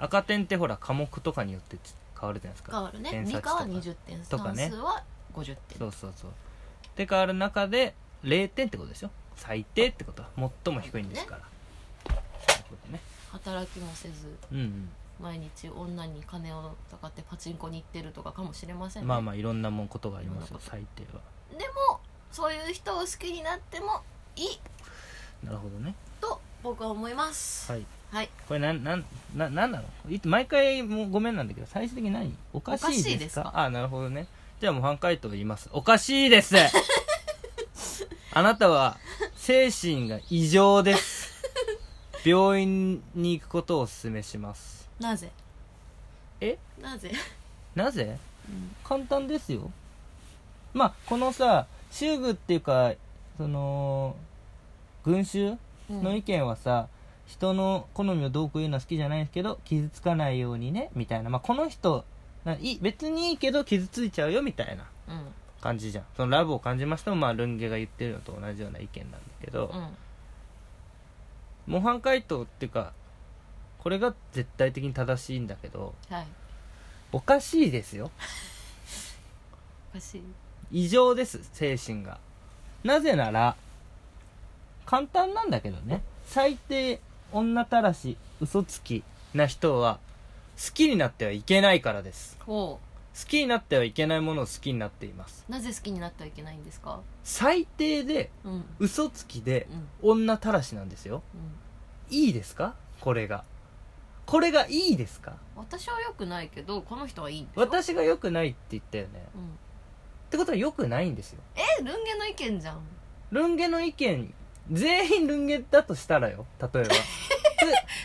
赤点ってほら科目とかによって変わるじゃないですか
変わるね
偏差
理
値と
科
か
は20点
とか
算
ね
数は50点、
そうそうそうって変わる中で0点ってことでしょ最低ってことは最も低いんですから、そういうことね
働きもせず
うん、
毎日女に金を使ってパチンコに行ってるとかかもしれませ
うんん、
ね
まあまあいろんなもんことがありますよ
い
最低は
でもそういう人を好きになってもいい
なるほどね
と僕は思います
はい
はい、
これなんなんななんなのい毎回もうごめんなんだけど最終的に何おかしいですか
おかしいですか
ああなるほどねじゃあもう反回答言いますおかし いですあなたは精神が異常です病院に行くことをお勧めします
なぜ
え
なぜ、
なぜ
うん
簡単ですよまあこのさ修具っていうかその群衆
うん
の意見はさ、人の好みをどうこう言うのは好きじゃないんですけど傷つかないようにねみたいな、まあ、この人ないい別にいいけど傷ついちゃうよみたいな
うん
感じじゃんそのラブを感じましたもまあルンゲが言ってるのと同じような意見なんだけど、
うん
模範解答っていうかこれが絶対的に正しいんだけど
はい
おかしいですよ
おかしい
異常です精神がなぜなら簡単なんだけどね最低女たらし嘘つきな人は好きになってはいけないからです
ほ
好きになってはいけないものを好きになっています
うなぜ好きになってはいけないんですか
最低で
うんうん
嘘つきで女たらしなんですよ
うん
いいですかこれがこれがいいですか
私は良くないけどこの人はいいんでしょ、
私が良くないって言ったよね
うん、
ってことは良くないんですよ
えルンゲの意見じゃん
ルンゲの意見全員ルンゲだとしたらよ例えば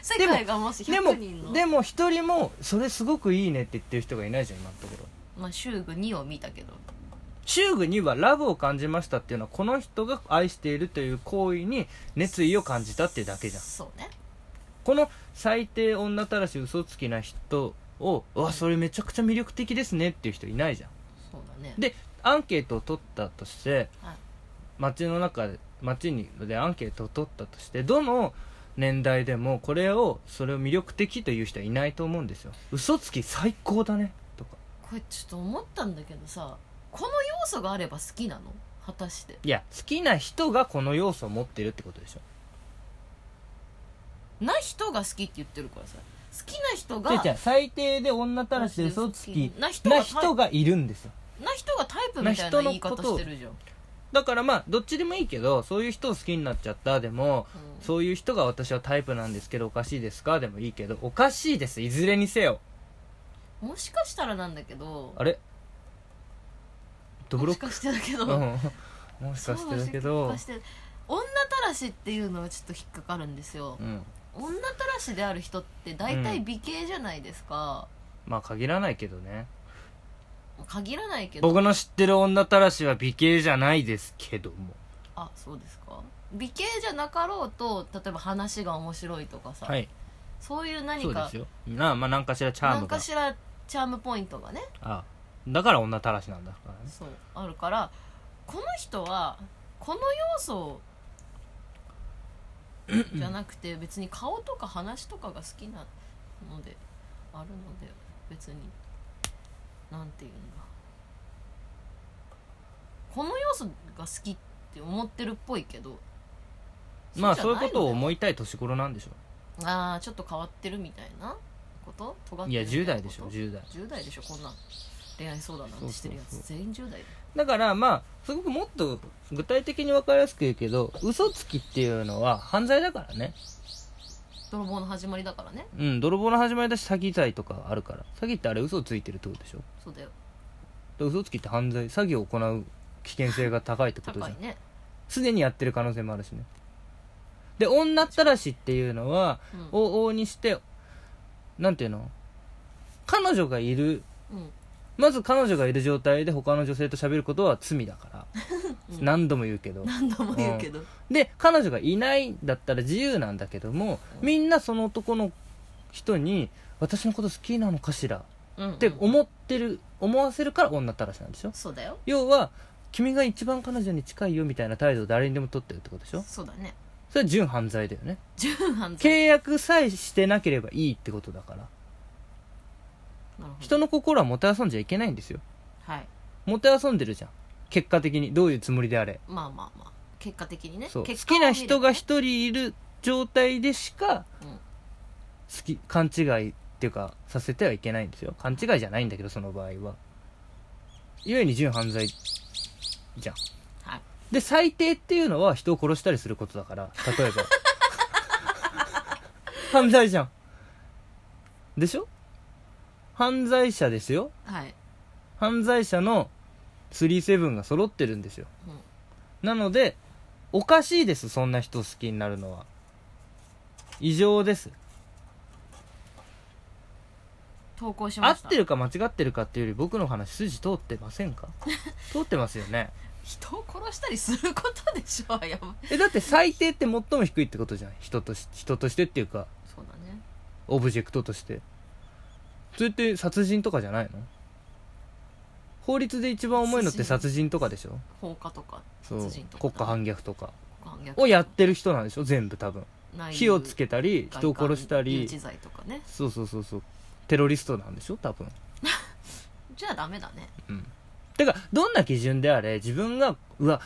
世界がもし
でも
100人の、
でも一人もそれすごくいいねって言ってる人がいないじゃん今のところ
まあ、週2を見たけど
中具にはラブを感じましたっていうのはこの人が愛しているという行為に熱意を感じたっていうだけじゃん
そうね
この最低女たらし嘘つきな人をうわそれめちゃくちゃ魅力的ですねっていう人いないじゃん
そうだね
でアンケートを取ったとして
はい
街の中で街にでアンケートを取ったとしてどの年代でもこれをそれを魅力的という人はいないと思うんですよ嘘つき最高だねとか
これちょっと思ったんだけどさこの要素があれば好きなの果たして
いや好きな人がこの要素を持ってるってことでしょ
ない人が好きって言ってるからさ好きな人が
じゃあ最低で女たらしで嘘つき
な人が
な
な人
人
が
がいるんですよ
タイプみたいな言い方してるじゃん、
だからまあどっちでもいいけどそういう人を好きになっちゃったでも
うん
そういう人が私はタイプなんですけどおかしいですかでもいいけどおかしいですいずれにせよ
もしかしたらなんだけど
あれドブロ
も
ッ
し
ク
かしてだけど、
うんもしかしてだけ
そう
ど
もしかして女たらしっていうのはちょっと引っかかるんですよ
うん
女たらしである人って大体美形じゃないですか、
まあ限らないけどね
限らないけど
僕の知ってる女たらしは美形じゃないですけども
あそうですか美形じゃなかろうと例えば話が面白いとかさ、
はい
そういう何
そうで
か
すよなあまあ何かしらチャー
何
ムが
かしらチャームポイントがね
あだから女たらしなんだからね
そうあるからこの人はこの要 素じゃなくて別に顔とか話とかが好きなのであるので別になんていうんだこの要素が好きって思ってるっぽいけど
まあそういうことを
う
思いたい年頃なんでしょ
ああちょっと変わってるみたいなこと尖っ
い
て
や
るみた
10
な
代でし
こ
ょ
と
10代
10代でしょこんなん恋愛相談なんてしてるや
そうそう
つ全員10代だよ
だからまあすごくもっと具体的に分かりやすく言うけど嘘つきっていうのは犯罪だからね
泥棒の始まりだからね
うん泥棒の始まりだし詐欺罪とかあるから詐欺ってあれ嘘ついてるってことでしょ
そうだよ
で嘘つきって犯罪詐欺を行う危険性が高いってことじゃ
高
ん
いね
すでにやってる可能性もあるしねで女ったらしっていうのは
うん
往々にしてなんていうの彼女がいる
うん
まず彼女がいる状態で他の女性と喋ることは罪だから、
うん
何度も言うけど
何度も言うけど
で彼女がいないんだったら自由なんだけどもみんなその男の人に私のこと好きなのかしら
うん
って思ってる思わせるから女ったらしなんでしょ
そうだよ
要は君が一番彼女に近いよみたいな態度を誰にでも取ってるってことでしょ
そうだね
それは純犯罪だよね
純犯罪
契約さえしてなければいいってことだから
なるほど
人の心はもてあそんじゃいけないんですよ
はい
もてあそんでるじゃん結果的にどういうつもりであれ
まあまあまあ結果的にね
そう好
結果を見
き
れ
な
ば
人が一人いる状態でしか
うん
好き勘違いっていうかさせてはいけないんですよ勘違いじゃないんだけどその場合はゆえに純犯罪じゃん
はい
で最低っていうのは人を殺したりすることだから例えば 犯罪じゃんでしょ犯罪者ですよ
はい
犯罪者の37が揃ってるんですよ、なのでおかしいですそんな人を好きになるのは異常です
投稿し
合
ま
っ
した
てるか間違ってるかっていうより僕の話筋通ってませ んか通ってますよね
人を殺したりすることでしょ やばい
えだって最低って最も低いってことじゃん人とし人としてっていうか
そうだね
オブジェクトとしてそれって殺人とかじゃないの法律で一番重いのって殺人とかでしょ
放火とか
そう
殺人とか
国家反逆とか
反逆
をやってる人なんでしょ全部多分
内
火をつけたり
外
人を殺した
環誘
り
致罪とかね
そうそうそうそうテロリストなんでしょ多分
じゃあダメだね
うんてかどんな基準であれ自分がうわ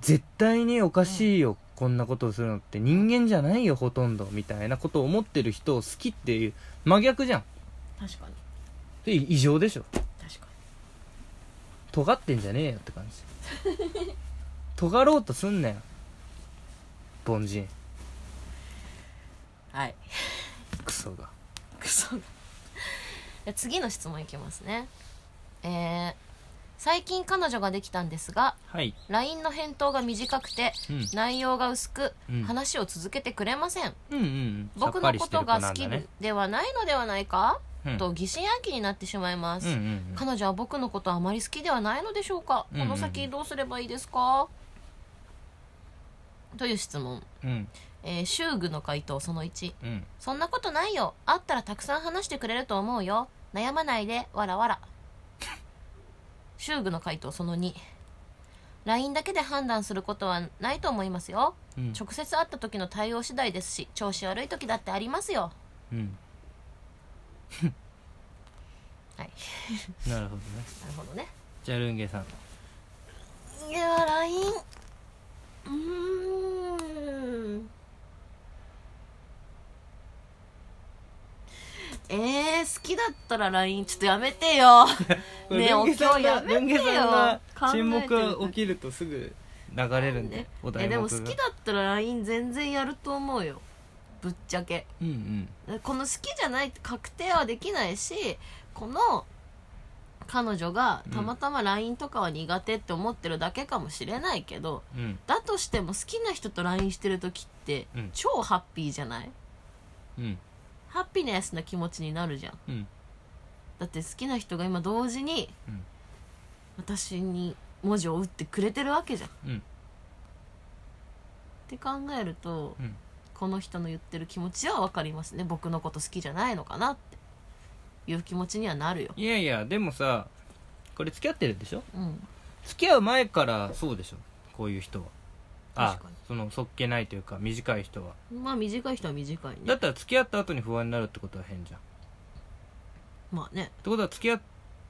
絶対におかしいよ、こんなことをするのって人間じゃないよほとんどみたいなことを思ってる人を好きっていう真逆じゃん
確かに
で異常でしょ
確か
尖ってんじゃねえよって感じ 尖ろうとすんなよ凡人
にはい
クソが
クソがじゃあ 次の質問いきますねえー最近彼女ができたんですが
はい、
LINE の返答が短くて
うん、
内容が薄く、
うん
話を続けてくれません
うんうんうん
僕のことが好き
で
ではないのではないか、
うん
と疑心暗鬼になってしまいま
うん
す、
うんうん
彼女は僕のことあまり好きではないのでしょうか、
うんうん
この先どうすればいいですかという質問、
うん
えー、修具の回答その1
うん
そんなことないよ会ったらたくさん話してくれると思うよ悩まないでわらわら修具の回答その 2LINE だけで判断することはないと思いますよ
うん
直接会った時の対応次第ですし調子悪い時だってありますよ
うん
はい
なるほどね
なるほどね
じゃあルンゲさん
いや LINE うーんえー、好きだったら LINE ちょっとやめてよねえお経やめ
ルンゲ
て
さんが
よ
沈
考え
黙
てる
が起きるとすぐ流れるんで
ね
お
え
題
でも
目
好
が
きだったら LINE 全然やると思うよぶっちゃけ
うんうん
この好きじゃないって確定はできないしこの彼女がたまたま LINE とかは苦手って思ってるだけかもしれないけど、
うん
だとしても好きな人と LINE してる時って
うん
超ハッピーじゃない、
うん
ハッピネスな気持ちになるじゃん
うん
だって好きな人が今同時に
うん
私に文字を打ってくれてるわけじゃんっ
うん
て考えると
うん
この人の言ってる気持ちは分かりますね僕のこと好きじゃないのかなっていう気持ちにはなるよ
いやいやでもさこれ付き合ってるでしょ
うん
付き合う前からそうでしょこういう人はあ
確かに
そのそっけないというか短い人は
まあ短い人は短い
だ
ね
ったら付き合った後に不安になるってことは変じゃんっ
まあね
てことは付き合っ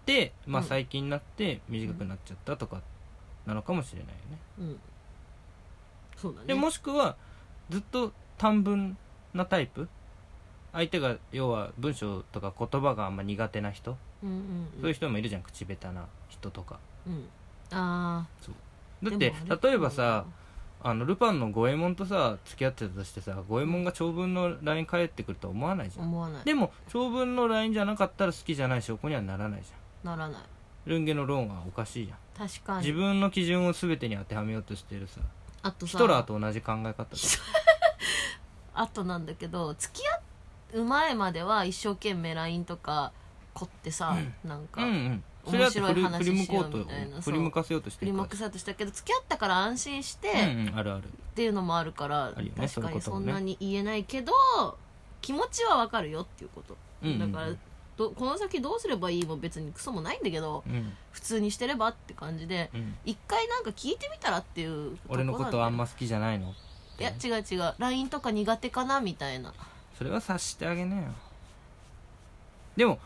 て、まあ、
うん
最近になって短くなっちゃったとかなのかもしれないよね
うんそうだね
でもしくはずっと短文なタイプ相手が要は文章とか言葉があんま苦手な人、
うんうん
そういう人もいるじゃん口下手な人とか
うん、うん、ああ
だって例えばさあのルパンの五右衛門とさ付き合ってたとしてさ五右衛門が長文の LINE 返ってくるとは思わないじゃん
思わない
でも長文の LINE じゃなかったら好きじゃない証拠にはならないじ
ならない
ゃんルンゲのローンはおかしいじゃん
確かに
自分の基準を全てに当てはめようとしてるさ
あと
ヒ
さ
トラーと同じ考え方だ
あとなんだけど付き合う前までは一生懸命 LINE とか凝ってさ、なんか、
うんうんそれ
面
だって
白
振
い
り
話
振り向
しよ
こ
う
うと
みたいな
振り向かせようとして
振り
る
ま
か
くさとしたけど付き合ったから安心して、
ら
っ
うんうんあるある
ていうのもあるから、
あるよね
確か
そういうこ
に
と
そ
も
ん
ね
なに言えないけど、気持ちはわかるよっていうこと、
うんうんうん
だからどこの先どうすればいいも別にクソもないんだけど
うん
普通にしてればって感じで
うん
一回なんか聞いてみたらっていうこな
俺
んだ
の
よ
ことあんま好きじゃないの
いや違う違う LINE とか苦手かなみたいな
それは察してあげなよでも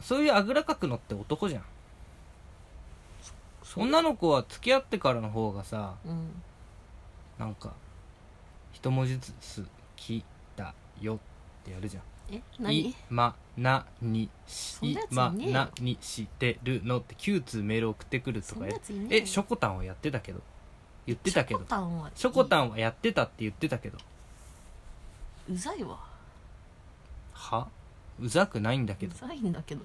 そういうあぐらかくのって男じゃん女の子は付き合ってからの方がさ
うん
なんか一文字ずつ「き」だ「よ」ってやるじゃん
え
「い
何
まなにし
そんなやつい
ま
ねえよ
なにしてるの」って9通メール送ってくると
そん
か
な
や
やついね
えしょこたんはやってたけど言ってたけど
ショコタンはいい
しょこたんはやってたって言ってたけど
うざいわ
はうざくないんだけ
う
ど
ざいんだけど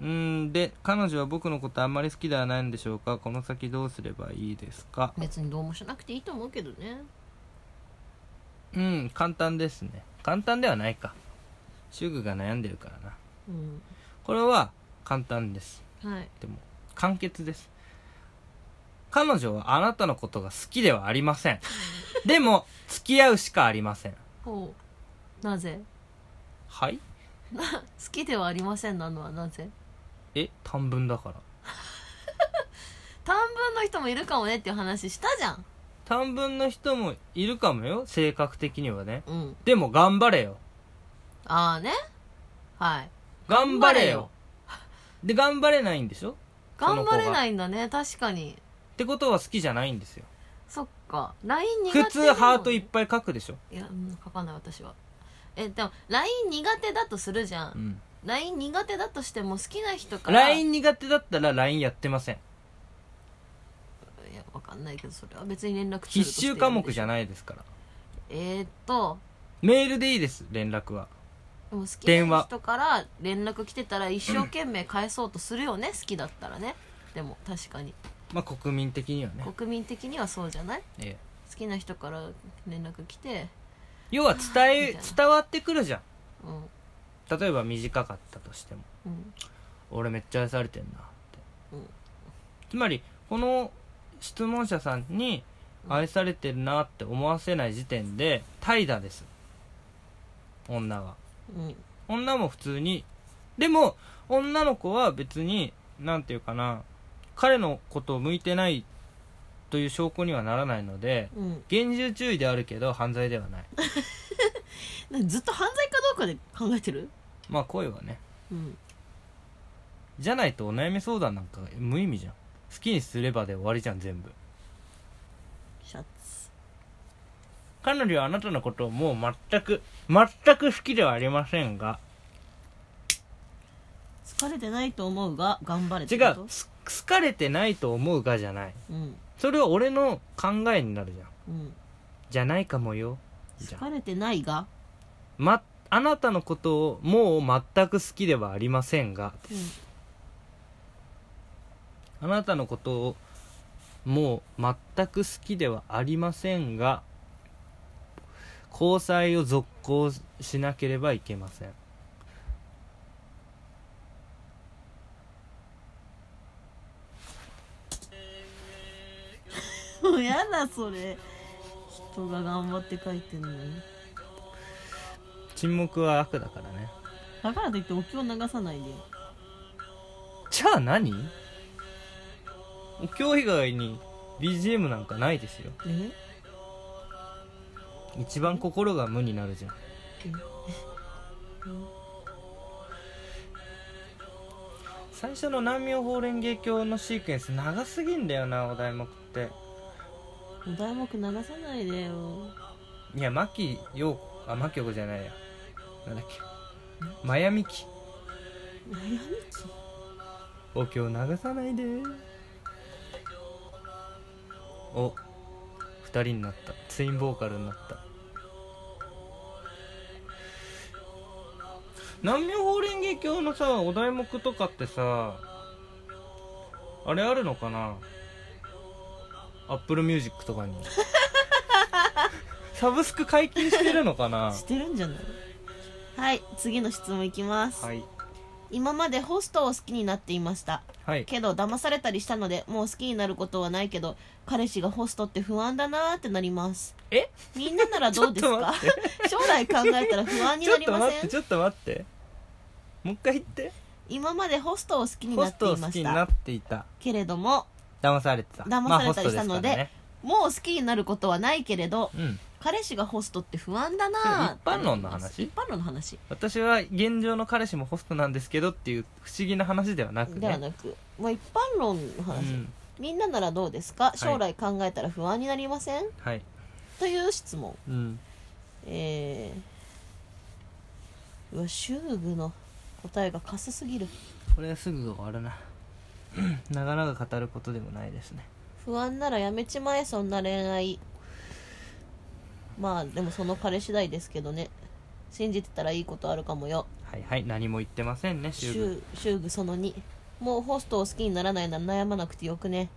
うーんで彼女は僕のことあんまり好きではないんでしょうかこの先どうすればいいですか
別にどうもしなくていいと思うけどね
うん簡単ですね簡単ではないか主婦が悩んでるからな
うん
これは簡単です
はい
でも簡潔です彼女はあなたのことが好きではありませんでも付き合うしかありません
ほうなぜ
はい
好きではありませんなのはなぜ
え短文だから
短文の人もいるかもねっていう話したじゃん
短文の人もいるかもよ性格的にはね
うん
でも頑張れよ
ああねはい
頑張れよで頑張れないんでしょそ
頑
の子が
張れないんだね確かに
ってことは好きじゃないんですよ
そっか LINE 苦手
普通ハートい
い
っぱい書くでしょ、
いやうん書かない私はえでも LINE 苦手だとするじゃん、
うん、
LINE 苦手だとしても好きな人から
LINE 苦手だったら LINE やってません
いやわかんないけどそれは別に連絡ツール
必
として
修科目じゃ
い
ないですから
えー、っと
メールでいいです連絡は
でも好き
電
な
話
人から連絡来てたら一生懸命返そうとする よね好きだったらねでも確かに
まあ国民的にはね、
国民的にはそうじゃない
ええ
好きな人から連絡来て
要は伝え
みたいな
伝わってくるじゃ
うん
ん例えば短かったとしても
うん
俺めっちゃ愛されてんなって、
うん
つまりこの質問者さんに愛されてるなって思わせない時点で怠惰です女は
うん
女も普通にでも女の子は別になんていうかな彼のことを向いてないという証拠にはならないので
うん
厳重注意であるけど犯罪ではない
なんかずっと犯罪かどうかで考えてる
まあ恋はね
うん
じゃないとお悩み相談なんか無意味じゃん好きにすればで終わりじゃん全部
シャツ
彼女はあなたのことをもう全く全く好きではありませんが
疲れてないと思うが頑張れって
違
こと
うす好かれてないと思うがじゃない
うん
それは俺の考えになるじゃん
うん
じゃないかもよじゃん
疲れてないが
ま、あなたのことをもう全く好きではありませんが
う
あなたのことをもう全く好きではありませんが交際を続行しなければいけません
んもうやだそれ人が頑張って書いてるのに
沈黙は悪だからね
だからといってお経流さないでよ
じゃあ何今日以外に BGM なんかないですよ
え
一番心が無になるじゃん最初の南明法蓮華経のシークエンス長すぎんだよなお題目って
お題目流さないでよ
いや牧陽子あ牧陽子じゃないやなんだっけマヤミキ
悩み
お経を流さないでお2人になったツインボーカルになった南明法蓮華経のさお題目とかってさあれあるのかなアップルミュージックとかにサブスク解禁してるの かな
してるんじゃないはい次の質問いきます、
はい
今までホストを好きになっていました
はい
けど騙されたりしたのでもう好きになることはないけど彼氏がホストって不安だなーってなります
え
みんなならどうです
ちょっと
か将来考えたら不安に
ちょ
な
っ
り
と
ま
待っ
せ
て
ん
ちょっと待ってもう一回言って
今までホストを好きに
ホ
な
ス
って
トを
い
好
ま
き
し
に
た
なっていた
けれども
騙されてた
騙
まあ
されたりしたので
ホストす
もう好きになることはないけれど
からねうん
彼氏がホストって不安だなーってなります
それ一
一般
般論の話
論の話
私は現状の彼氏もホストなんですけどっていう不思議な話ではなくね
ではなく、まあ、一般論の
う
話、
ん、
みんなならどうですか将来考えたら不安になりません、
はい、
という質問
うん、
えー、うわ修具の答えがかすすぎる
これはすぐ終わる ななかなか語ることでもないですね
不安ならやめちまえそんな恋愛まあでもその彼次第ですけどね信じてたらいいことあるかもよ
はいはい何も言ってませんねシュウ君
修修具その2もうホストを好きにならないなら悩まなくてよくね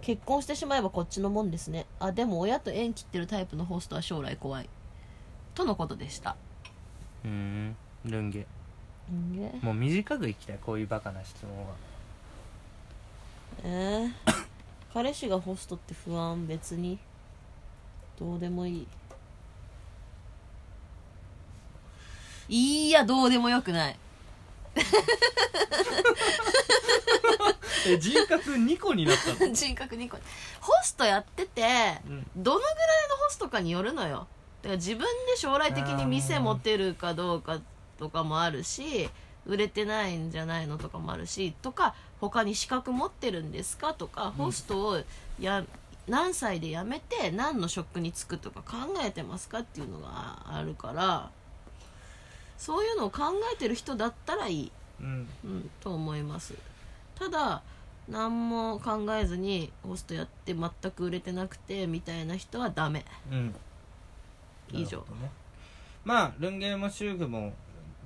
結婚してしまえばこっちのもんですねあでも親と縁切ってるタイプのホストは将来怖いとのことでした
うーんルンゲ
んげ
もう短くいきたいこういうバカな質問は
えー、彼氏がホストって不安別にどうでもいいいやどうでもよくない
え人格2個になったの
人格2個ホストやってて
うん
どのぐらいのホストかによるのよだから自分で将来的に店持てるかどうかとかもあるし売れてないんじゃないのとかもあるしとか他に資格持ってるんですかとかホストをや何歳で辞めて何の職に就くとか考えてますかっていうのがあるからそういうのを考えてる人だったらいい
うん
うん、と思いますただ何も考えずにホストやって全く売れてなくてみたいな人はダメ
うん
以上
なるほどねまあルンゲもシュウ君も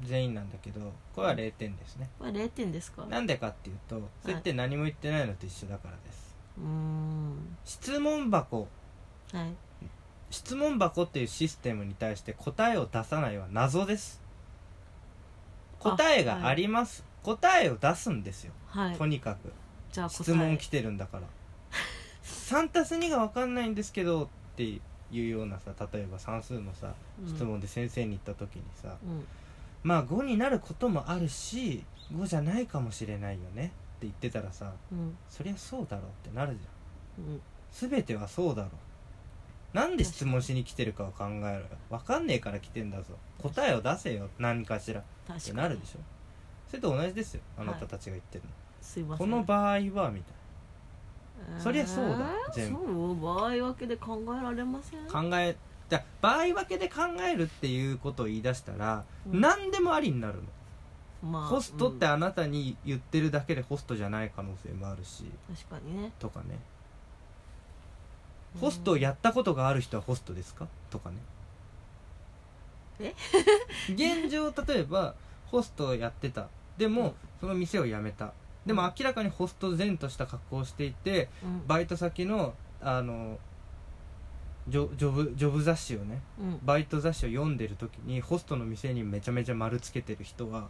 全員なんだけどこれは0点ですね
これ0点ですか
なんでかっていうとそれって何も言ってないのと一緒だからです
うーん
質問箱
はい
質問箱っていうシステムに対して答えを出さないは謎です答えがあります、答えを出すんですよ
はい
とにかく
じゃあ答え
質問来てるんだから3たす2が分かんないんですけどっていうようなさ例えば算数のさ質、問で先生に言った時にさ、
うんうん
まあ5になることもあるし5じゃないかもしれないよねって言ってたらさ
うん
そりゃそうだろうってなるじゃ
う
ん
ん
全てはそうだろなんで質問しに来てるかを考えろよ分かんねえから来てんだぞ答えを出せよ何かしらっ
確か
て
に
なるでしょそれと同じですよあ
はい
なたたちが言ってるの、
すいませ
こ
ん
の場合はみたい
えー
そりゃそうだ全部
そう場合分けで考えられません
な考えじゃあ場合分けで考えるっていうことを言い出したら、
うん
何でもありになるの
まあ
ホストって
うん
あなたに言ってるだけでホストじゃない可能性もあるし
確かにね
とかねホストをやったことがある人はホストですかとかね
え
現状例えばホストをやってたでも、
うん
その店を辞めたでも
うん
明らかにホスト前とした格好をしていて
うん
バイト先のあのジョジョブジョブ雑誌をね
うん
バイト雑誌を読んでる時にホストの店にめちゃめちゃ丸つけてる人は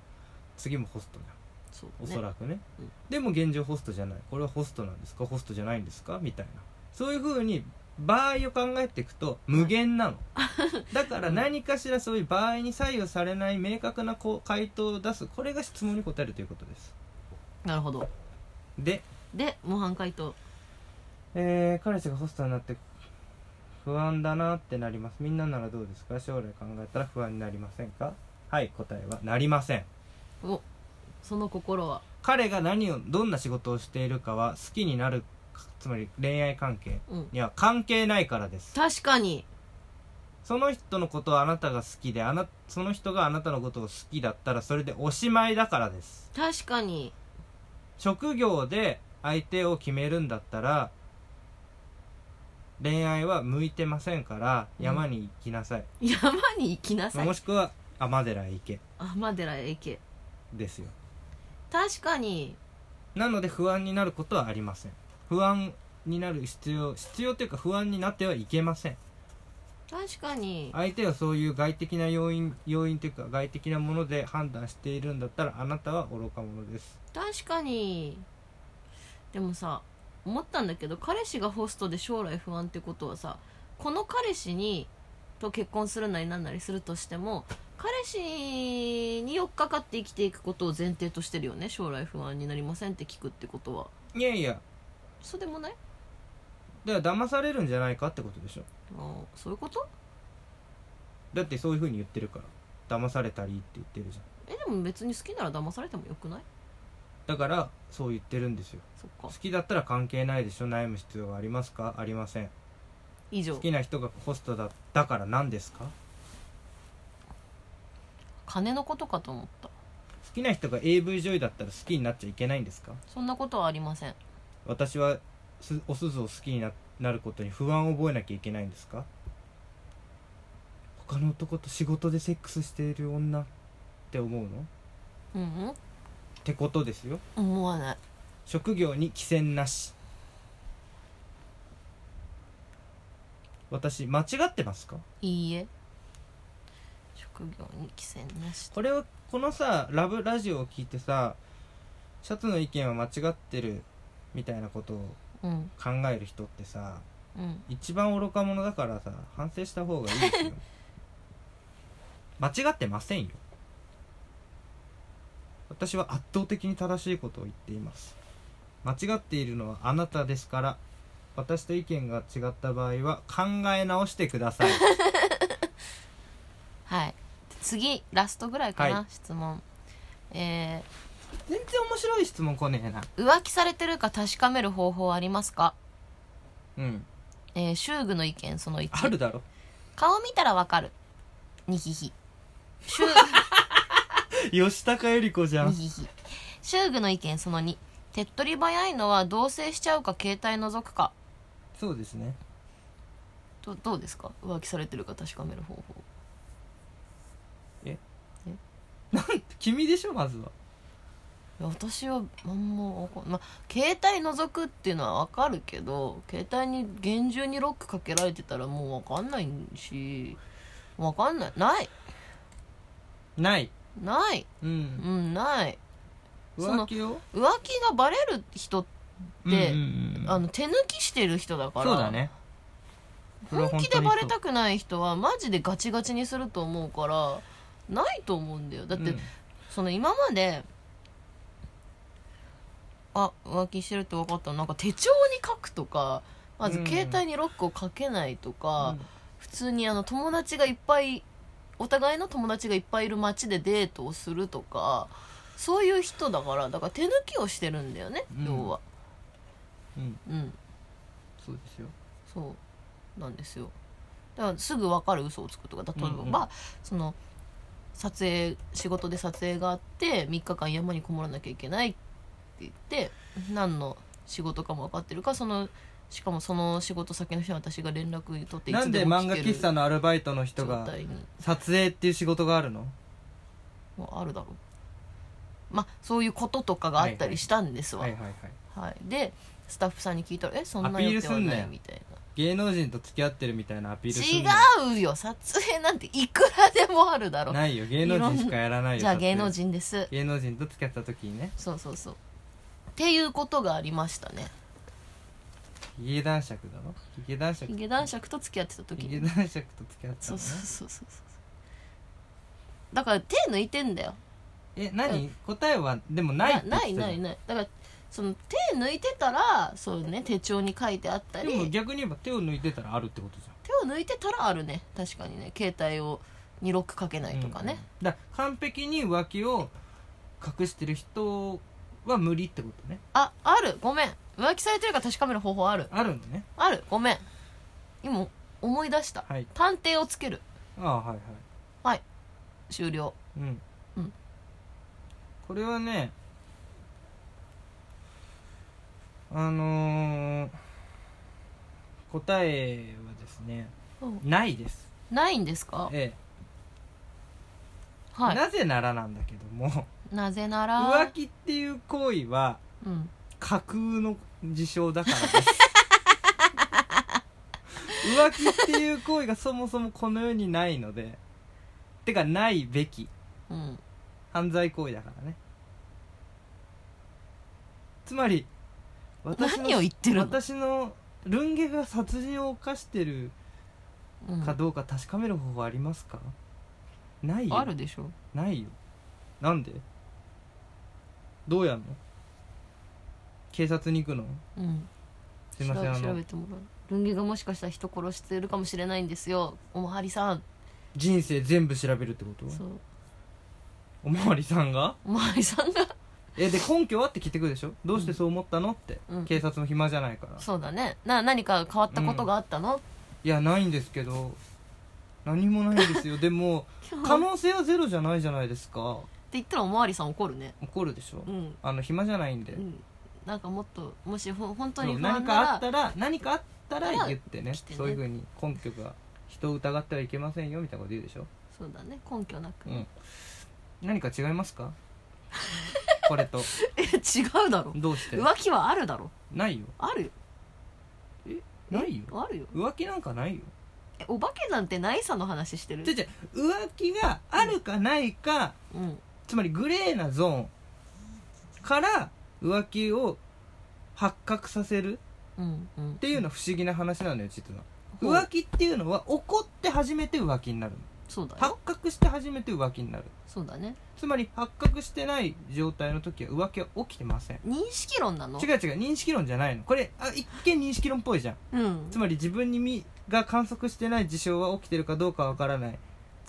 次もホストだ
そう
おそ
ね
らくね
うん
でも現状ホストじゃないこれはホストなんですかホストじゃないんですかみたいなそういうふうに場合を考えていくと無 限なの、だから何かしらそういう場合に左右されない明確なこう回答を出すこれが質問に答えるということです
なるほど
で、
で模範解答
えー彼氏がホストになって不安だなってなりますみんなならどうですか将来考えたら不安になりませんかはい答えはなりません
おその心は
彼が何をどんな仕事をしているかは好きになるつまり恋愛関係
うん
には関係ないからです
確かに
その人のことをあなたが好きであなその人があなたのことを好きだったらそれでおしまいだからです
確かに
職業で相手を決めるんだったら恋愛は向いてませんから
うん
山に行きなさい、
山に行きなさい
もしくは天寺へ行け
天寺へ行け
ですよ
確かに
なので不安になることはありません不安になる必要必要というか不安になってはいけません
確かに
相手はそういう外的な要因要因というか外的なもので判断しているんだったらあなたは愚か者です
確かにでもさ思ったんだけど彼氏がホストで将来不安ってことはさこの彼氏にと結婚するなりなんなりするとしても彼氏に寄っかかって生きていくことを前提としてるよね将来不安になりませんって聞くってことはい
やいや
そうでもない
だから騙されるんじゃないかってことでしょ
あーそういうこと
だってそういうふうに言ってるから騙されたりって言ってるじゃん
えでも別に好きなら騙されてもよくない
だからそう言ってるんですよ
そっ
好
か
きだったら関係ないでしょ悩む必要はありますかありません
以
好
上
きな人がホストだだから何ですか好
金のことかと思った
きな人が AV 女優だったら好きになっちゃいけないんですか
そんなことはありません
私はすおすずを好きにななることに不安を覚えなきゃいけないんですか他の男と仕事でセックスしている女って思うのっ
うん
てことですよ
うん思わない
職業に寄せなし私間違ってますか
いいえ職業に寄せなし
これをこのさラブラジオを聞いてさシャツの意見は間違ってるみたいなことを
うん
考える人ってさ
うん
一番愚か者だからさ反省した方がいいですよ間違ってませんよ私は圧倒的に正しいことを言っています間違っているのはあなたですから私と意見が違った場合は考え直してく ださい
はい次ラストぐらいかな、
はい
質問え
全然面白い質問来ねえな
ー浮気されてるか確かめる方法はありますか
うん
えー、修具の意見その1
あるだろ
顔見たらわかるにひ ひ修
吉高由里子じゃ
に
ん
ひひ修具の意見その2手っ取り早いのは同棲しちゃうか携帯覗くか
そうですね
どどうですか浮気されてるか確かめる方法
君でしょまずはい
や私はあんまわかんまあ携帯覗くっていうのはわかるけど携帯に厳重にロックかけられてたらもうわかんないしわかんないない
ない
ない
うん
うんないその
浮気を
浮気がバレる人であの手抜きしてる人だから
そうだね
本気でバレたくない人はマジでガチガチにすると思うからないと思うんだよだって、
うん
その今まであ浮気してるって分かったなんか手帳に書くとかまず
うん
携帯にロックをかけないとか、普通にあの友達がいっぱいお互いの友達がいっぱいいる街でデートをするとかそういう人だからだから手抜きをしてるんだよね、
うん
要は
うんうん
うん
そうですよ
そうなんですよだからすぐ分かる嘘をつくとか例えば、
うんうん
その撮影仕事で撮影があって3日間山にこもらなきゃいけないって言って何の仕事かも分かってるかそのしかもその仕事先の人に私が連絡取ってい
な
つ
んで
でも
漫
聞
画
ける
喫茶のアルバイトの人
状
が
態に
撮影っていう仕事があるの
もあるだろうまあそういうこととかがあったりしたんですわ、
は
はいい
はいはい
でスタッフさんに聞いたら「えそんな
アピー
予
ル
定
す
は
んな
な
よ
い」みたいな。
芸能人と付き合ってるみたいなアピールする
違うよ撮影なんていくらでもあるだろ
ないよ芸能人しかやらないよ
じゃあ
撮影
芸能人です
芸能人と付き合った時にね
そうそうそうっていうことがありましたね
ヒゲ男爵だろヒゲ男爵
ヒゲ男爵と付き合ってた時
ヒ
に
ゲ男爵と付き合った
そうそ
のね
うそうそうそうだから手抜いてんだよ
え何答えはでもないって言っ
な
てた
い
じゃん
ないないだからその手抜いてたらそうね手帳に書いてあった
でも
り
逆に言えば手を抜いてたらあるってことじゃん
手を抜いてたらあるね確かにね携帯をにロックかけないとかね、
うんだから完璧に浮気を隠してる人は無理ってことね
ああるごめん浮気されてるか確かめる方法ある
あるのね
あるごめん今思い出した
はい
探偵をつける
ああはいは
終了
いうん、
うん
これはねあのー答えはですね
うん
ないです、
ないんですか
ええ
はい
なぜならなんだけども
なぜなら
浮気っていう行為は
うん
架空の事象だからです 浮気っていう行為がそもそもこの世にないのでてかないべき
うん
犯罪行為だからねつまり私の
何を言ってるの
私のルンゲが殺人を犯してる
うん
かどうか確かめる方法ありますか、ないよ
あるでしょ
ないよなんでどうやんの警察に行くの
うん
すいませんあ
調べ調
の
べてもらうルンゲがもしかしたら人殺してるかもしれないんですよおまわりさん
人生全部調べるってこと
そう
おまわりさんが
おまわりさんが
えで根拠はって聞いてくるでしょどうしてそう思ったのって、
うん
警察も暇じゃないから
そうだねな何か変わったことがあったの、
いやないんですけど何もないで すよでも
今日
可能性はゼロじゃないじゃないですか
って言ったらおまわりさん怒るね
怒るでしょ、
うん、
あの暇じゃないんで、
うん、なんかもっともしほ本当に
そう
不安
何
な
かあっ
ら
たら何かあったら
なら
言ってね
来てね
そういうふうに根拠が人を疑ってはいけませんよみたいなこと言うでしょ、
そうだね根拠なく、
うん、何か違いま すかこれと
え違うだろ
どうして
浮気はあるだろ
ないよ
あるよ
ないよ
あるよ
浮気なんかないよ
えお化けなんてないさの話してる
ちょちょ浮気があるかないか、
うん
つまりグレーなゾーンから浮気を発覚させる
うんうんっ
っていうのは不思議な話なのよ実は
ほう
浮気っていうのは怒って初めて浮気になる
そうだ
発
よ
覚して初めて浮気になる
そうだね
つまり発覚してない状態の時は浮気は起きてません
認識論なの
違う違う認識論じゃないのこれあ一見認識論っぽいじゃん
うん
つまり自分に身が観測してない事象は起きてるかどうかわからない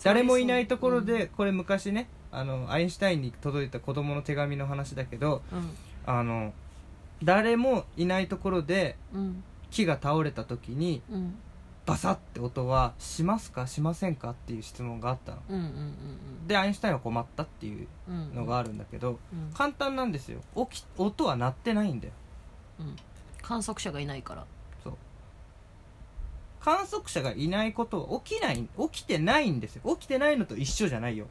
誰もいないところで、これ昔ねあのアインシュタインに届いた子供の手紙の話だけど、
うん
あの誰もいないところで
うん
木が倒れた時に
うん
バサッて音はしますかしませんかっていう質問があったの
うんうんうん
でアインシュタインは困ったっていう
うんうん
のがあるんだけど
うん
簡単なんですよ起き音は鳴ってないんだよ
観測者がいないから
観測者がいないことは起きない起きてないんですよ起きてないのと一緒じゃないよ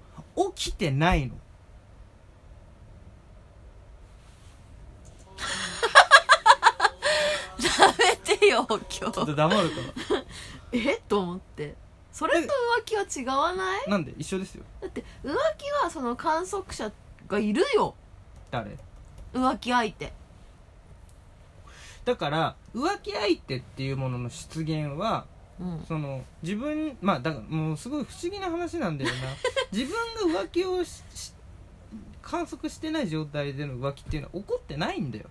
起きてないの
やめてよ今
ちょっ
日
と黙るか
えっと思ってそれと浮気は違わない
らなんで一緒ですよ
だって浮気はその観測者がいるよ
誰
浮気相手
だから浮気相手っていうものの出現は
うん
その自分まあだからもうすごい不思議な話なんだよな自分が浮気をしし観測してない状態での浮気っていうのは起こってないんだよ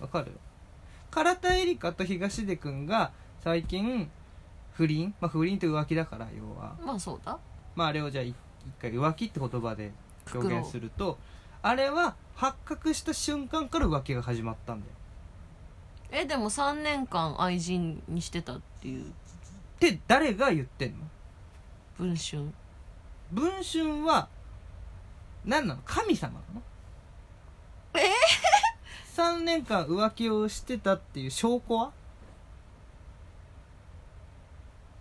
わかる唐田絵里香と東出君が最近不倫まあ不倫って浮気だから要は
まあそうだ
まああれをじゃあい一回浮気って言葉で表現するとあれは発覚した瞬間から浮気が始まったんだよ
えでも3年間愛人にしてたっていう
って誰が言ってんの
文春
文春は何なの神様なの
え
3年間浮気をしてたっていう証拠は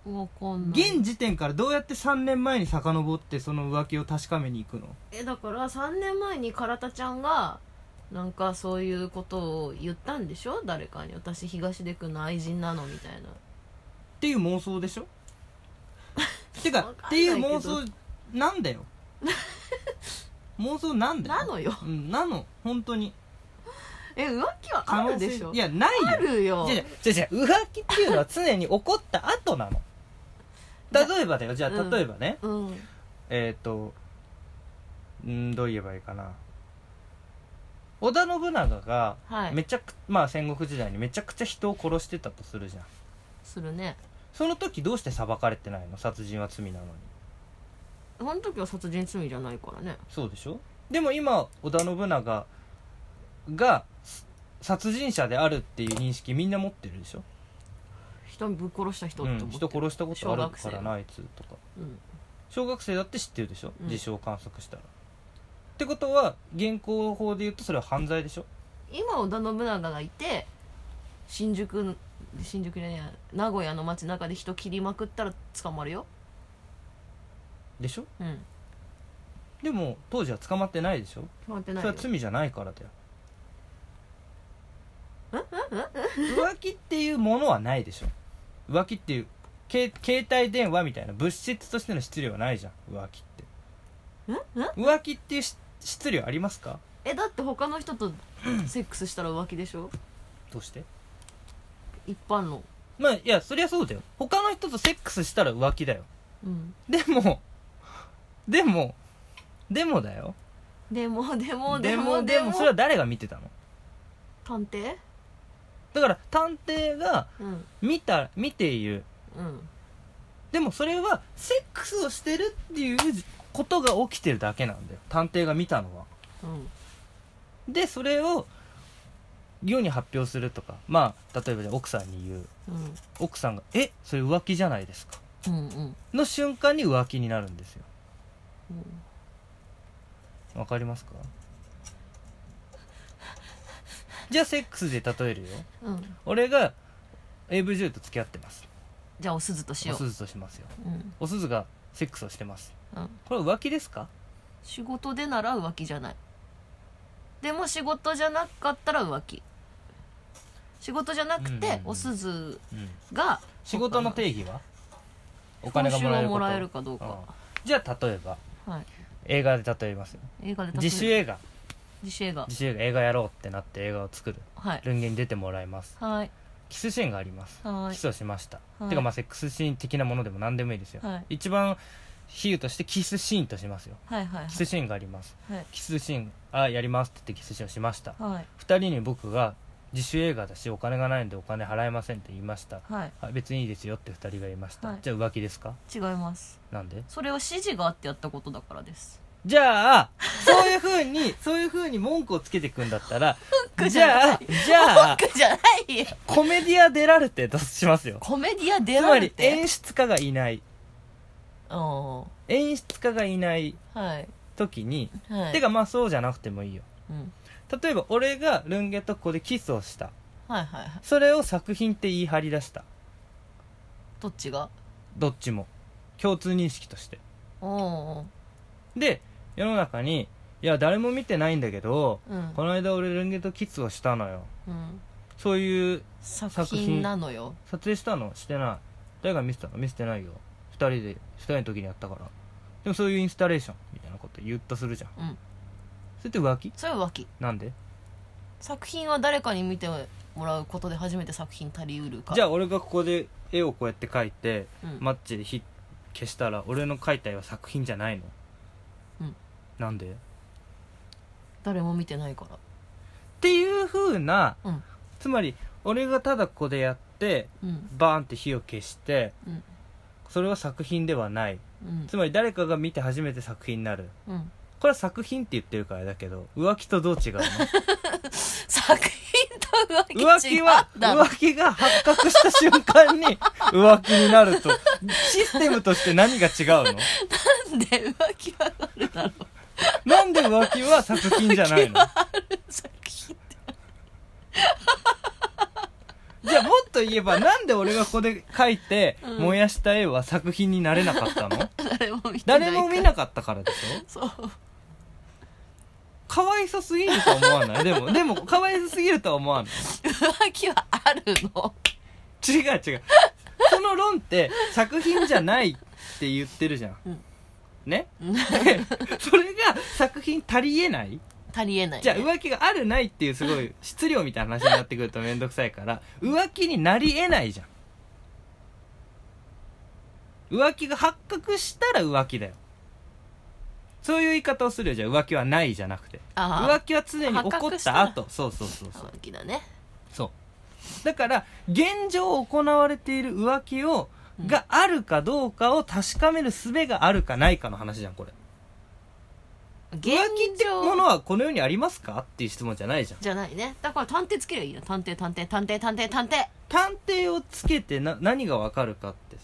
わかんない
現時点からどうやって3年前に遡ってその浮気を確かめに行くの
えだから3年前に唐田ちゃんがなんかそういうことを言ったんでしょ誰かに私東出君の愛人なのみたいな
っていう妄想 でしょて
わ
か
かんないけど
っていう妄想なん だよ妄想なんだよ
なのよ
うん、なの本当に
え浮気はあるでし
可能
ょ
性いやないよ
あるよ
じゃじゃじゃ浮気っていうのは常に起こった後なの例えばだよじゃ
う
あ
ん
例えばね、
うん
えっ、ー、とうんどう言えばいいかな織田信長が
はい
めちゃく、まあ戦国時代にめちゃくちゃ人を殺してたとするじゃん
するね
その時どうして裁かれてないの殺人は罪なのに
その時は殺人罪じゃないからね
そうでしょでも今織田信長がす殺人者であるっていう認識みんな持ってるでしょ
人ぶっ殺した人っ
う
て
ん
思ってる、
人殺したことある
小
か
学生
らなあいつとか
うん
小学生だって知ってるでしょ
うん
自称観測したら、ってことは現行法で言うとそれは犯罪でしょ
今織田信長がいて新宿の新宿じゃねえや名古屋の街中で人切りまくったら捕まるよ
でしょ
うん
でも当時は捕まってないでしょ
捕まってな
そ
い
れ
よ
は罪じゃないからだよ浮気っていうものはないでしょ浮気っていうけ携帯電話みたいな物質としての質量はないじゃん浮気って浮気っていうし質量ありますか
えだって他の人とセックスしたら浮気でしょ
どうして
一般論
まあいやそりゃそうだよ他の人とセックスしたら浮気だよ
うん
でもでもでもだよ
でも でもでも
で
で
も
も
それは誰が見てたの
探偵
だから探偵が
うん
見た見ている
うん
でもそれはセックスをしてるっていうことが起きてるだけなんだよ探偵が見たのは
うん
でそれを世に発表するとかまあ例えばじゃあ奥さんに言う
うん
奥さんが「えそれ浮気じゃないですか
うんうん」
の瞬間に浮気になるんですよ
うん
わかりますかじゃあセックスで例えるよ
うん
俺が AV 女優と付き合ってます
じゃあおすずとし
お
よう
すずとしますよ
うん
おすずがセックスをしてます
うん
これ浮気ですか
仕事でなら浮気じゃないでも仕事じゃなかったら浮気仕事じゃなく
うんうん
て
うん
おすず
うん
が
仕事の定義はお
お
金
金
が
が
も
も
ら
ら
え
え
る
る
こと
かどうか、
うんじゃあ例えば
はい、
映画で例えますよ
映画で例え
自主映画
自主映画
自主映画映画やろうってなって映画を作る
はい
ルンゲに出てもらいます
はい
キスシーンがあります
はい
キスをしました、
はい
てかまあセックスシーン的なものでも何でもいいですよ、
はい
一番比喩としてキスシーンとしますよ
はいはい
キスシーンがあります
はい
キスシーンあやりますって言ってキスシーンをしました
はい
二人に僕が自主映画だしお金がないんでお金払えませんって言いました
はい
あ別にいいですよって二人が言いました、
はい
じゃあ浮気ですか
違います
なんで
それは指示があってやったことだからです
じゃあ、そういう風 に、そういう風に文句をつけてくんだったら、
句
じ
じゃ
ゃ
な
あ、じゃあ、
僕じゃないよ
コメディア出られてとしますよ。
コメディア出
つ
ら
ま
れ
り、
て
演出家がいない。
うんは
演出家がいない
い
時に、
はい
てかまあそうじゃなくてもいいよ。
うん
例えば、俺がルンゲとここでキスをした。
はいはいはい
それを作品って言い張り出した。
どっちが
どっちも。共通認識として。
おう
で、世の中に、いや、誰も見てないんだけど、
おううん
この間俺ルンゲとキスをしたのよ。
うん
そういう
作
作品
品なのよ
撮影したのしてない誰が見せたの見せてないよ2人で2人の時にやったからでもそういうインスタレーションみたいなこと言ったするじゃん
うん
それって浮気
それは浮気
なんで
作品は誰かに見てもらうことで初めて作品足りうるか
じゃ
あ、
あ俺がここで絵をこうやって描いて、
うん
マッチで火消したら俺の描いた絵は作品じゃないの
うん
なんでっ
誰も見てないか
ていう風な、
うん
つまり俺がただここでやって
らうん
バーンって火を消して
うん
それは作品ではない
うん
つまり誰かが見て初めて作品になる
うん
これは作品って言ってるからだけど浮気とどう違う の
作品と浮気
浮気は
違ったの
浮気が発覚した瞬間に浮気になるとシステムとして何が違うの
なんで浮気はあるだろう
なんで浮気は作品じ ゃないの
作品
じゃあもっと言えばなんで俺がここで描いて
うん
燃やした絵は作品になれな かったの
誰も見てない
誰も見
い
なかったからでしょ
そう
かわいそすぎるとは思わないでもでもかわいそすぎるとは思わない
浮気はあるの
違う違うその論って作品じゃないって言ってるじゃん、
うん
ね
うん
で それが作品足りえない
足りえない
じゃあ浮気があるないっていうすごい質量みたいな話になってくると面倒くさいから浮気になりえないじゃん浮気が発覚したら浮気だよそういう言い方をするよじゃあ浮気はないじゃなくて浮
あ
気は常に起こった後そうそうそう
あ
そう
浮気だね
そうだから現状行われている浮気を
うん
があるかどうかを確かめる術があるかないかの話じゃんこれ
現
浮気ってものはこの世にありますかっていう質問じゃないじゃん
じゃないねだから探偵つけりゃいいな探偵探偵探偵探偵探偵
探偵をつけてな何がわかるかってさ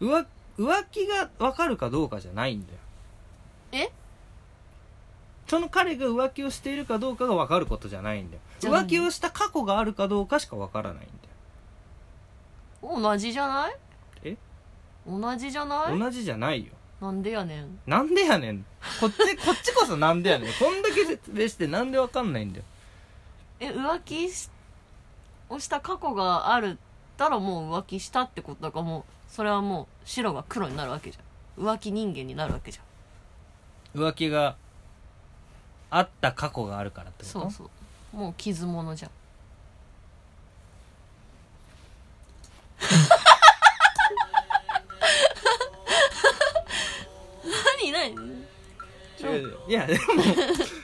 浮浮気がわかるかどうかじゃないんだよ
え
その彼が浮気をしているかどうかが分かることじゃないんだよ
じゃない
浮気をした過去があるかどうかしか分からないんだよ
同じじゃない
え
同じじゃない
同じじゃないよ
なんでやねん
なんでやねんこっちこっちこそなんでやねんこんだけ説明してなんで分かんないんだよ
え浮気しをした過去があるったらもう浮気したってことだからもうそれはもう白が黒になるわけじゃん浮気人間になるわけじゃん
浮気があった過去があるからってこと
そうそうもう傷物じゃん何何
違ういやでも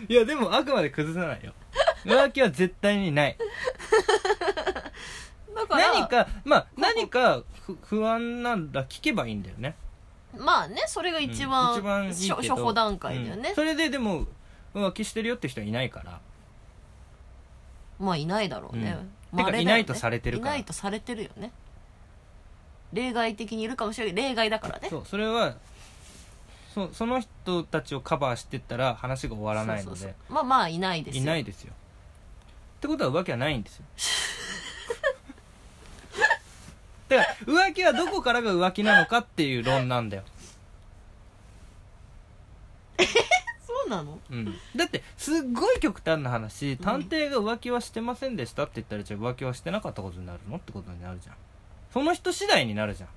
いやでもあくまで崩さないよ浮気は絶対にない
だから
何かまあ何か不不安なんだ聞けばいいんだよね
まあねそれが一
うん
番,、
一番いいけど
初初歩段階だよ
う
ね
ん、それででも浮気してるよって人はいないから
まあいないだろうね、
うん
まあ
てか
あれだよね
いないとされてるから
いないとされてるよね例外的にいるかもしれないけど例外だからね
そうそれはそその人たちをカバーしてったら話が終わらないので
そうそうそうまあまあいないです
い
よ
ないですよってことは浮気はないんですよだから浮気はどこからが浮気なのかっていう論なんだよ、
そうなの
うん、だってすっごい極端な話探偵が浮気はしてませんでしたって言ったらじゃあ浮気はしてなかったことになるのってことになるじゃんその人次第になるじゃん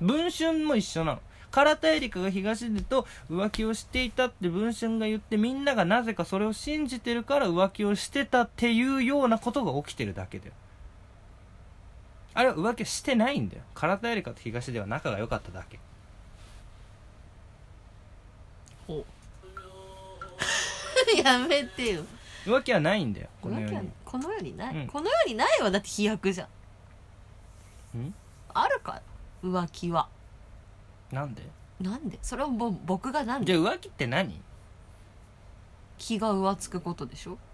文春も一緒なの唐田絵里香が東出と浮気をしていたって文春が言ってみんながなぜかそれを信じてるから浮気をしてたっていうようなことが起きてるだけだよあれは浮気はしてないんだよ唐田絵里香と東出は仲が良かっただけ
ほうやめてよ
浮気はないんだよこの世
浮気は
に
この世にない、
うん
この世にないはだって飛躍じゃん
ん
あるか浮気は
なんで
なんでそれはぼ僕がなん
じ
で
ゃあ浮気って何
気が浮つくことでしょ
だか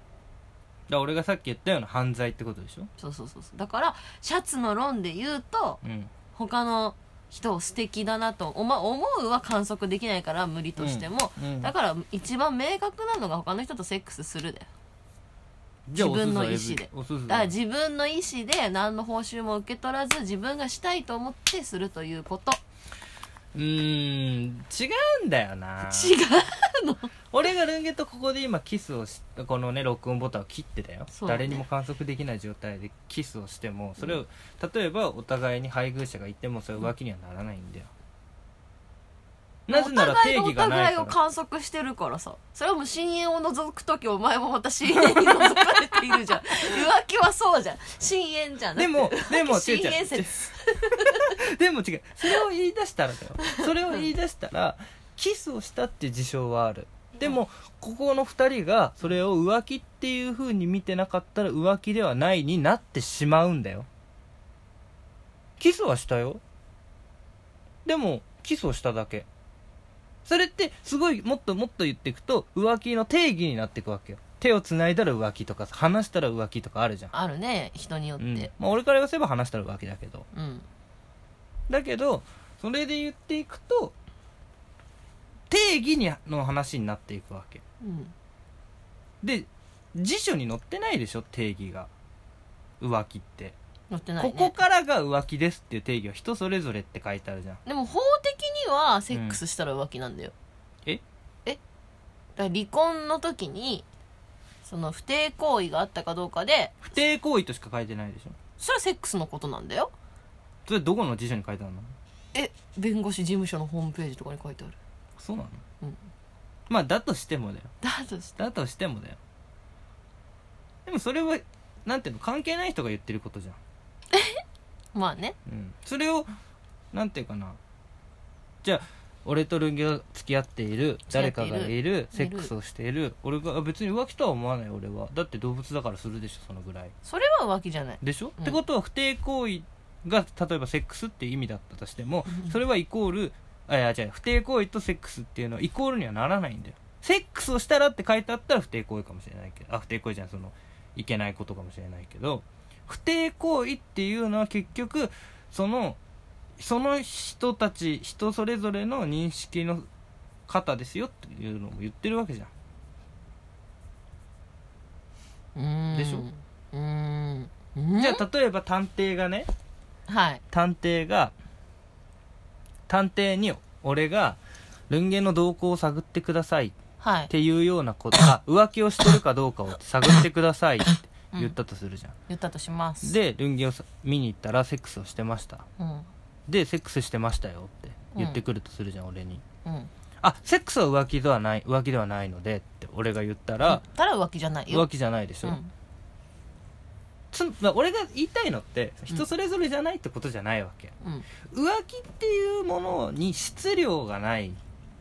ら俺がさっき言ったような犯罪ってことでしょ
そうそうそうそうだからシャツの論で言うと
うん
他の人を素敵だなとお、ま、思うは観測できないから無理としても、
うん
だから一番明確なのが他の人とセックスするだよ
じゃあ
自分の
お
意
すす
思
め
で
おすすめ
だから自分の意思で何の報酬も受け取らず自分がしたいと思ってするということ
うーん違うんだよな
違うの
俺がルンゲとここで今キスをしこのね録音ボタンを切ってたよ、
そうだね
誰にも観測できない状態でキスをしてもそれを、例えばお互いに配偶者がいてもそれは浮気にはならないんだよ、なぜなら
お互
定
いが
義がな
お互
いか
いを
ら
観測してるからさそれはもう深淵を覗く時お前もまた深淵に覗かれている じゃん浮気はそうじゃん深淵じゃん
でもでも
深
違う違
淵
う
説
でも違うそれを言い出したらだよそれを言い出したらキスをしたっていう事象はあるでもここの2人がそれを浮気っていう風に見てなかったら浮気ではないになってしまうんだよキスはしたよでもキスをしただけそれってすごいもっともっと言っていくと浮気の定義になっていくわけよ手をつないだら浮気とか話したら浮気とかあるじゃん、
あるね人によっ
うん
て
まあ、俺から言わせば話したら浮気だけど
うん
だけどそれで言っていくと定義にの話になっていくわけ
うん
で辞書に載ってないでしょ定義が浮気って、
乗ってない
こ
ね
こからが浮気ですっていう定義は人それぞれって書いてあるじゃん
でも法的にはセックスしたら浮気なんだよ、
うんえ
えだから離婚の時にその不貞行為があったかどうかで
不定行為としか書いてないでしょ
それはセックスのことなんだよ
それどこの辞書に書いてあるの
え弁護士事務所のホームページとかに書いてある
そうなの、
うん
まあだとしてもだよ
だとして
だとしてもだよでもそれはなんていうの関係ない人が言ってることじゃん
まあね
うん、それをなんていうかなじゃあ俺とルンゲが付き合っている誰か
付
が
き合って
いるセ
いる
ックスをしている俺があ別に浮気とは思わない俺はだって動物だからするでしょそのぐらい
それは浮気じゃない
でしょ、
うん
ってことは不定行為が例えばセックスっていう意味だったとしてもそれはイコールあいや違う不定行為とセックスっていうのはイコールにはならないんだよセックスをしたらって書いてあったら不定行為かもしれないけどあ不定行為じゃないそのいけないことかもしれないけど不定行為っていうのは結局そのその人たち人それぞれの認識の方ですよっていうのも言ってるわけじゃん
うん
でしょ
うんうん
じゃあ例えば探偵がね
はい
探偵が探偵に俺がルンゲの動向を探ってくださいっ
はい
ていうよう なことが浮気をしてるかどうかを探ってくださいって
うん
言ったとするじゃん、
言ったとします、
でルンゲをさ見に行ったらセックスをしてました
うん
でセックスしてましたよって言ってくるとするじゃん、俺に
うん、
あセックスは浮気ではない浮気ではないのでって俺が言ったら、
たら浮気じゃないよ
浮気じゃないでしょ、
うん
つまあ俺が言いたいのって人それぞれじゃないってことじゃないわけ、
うん
浮気っていうものに質量がない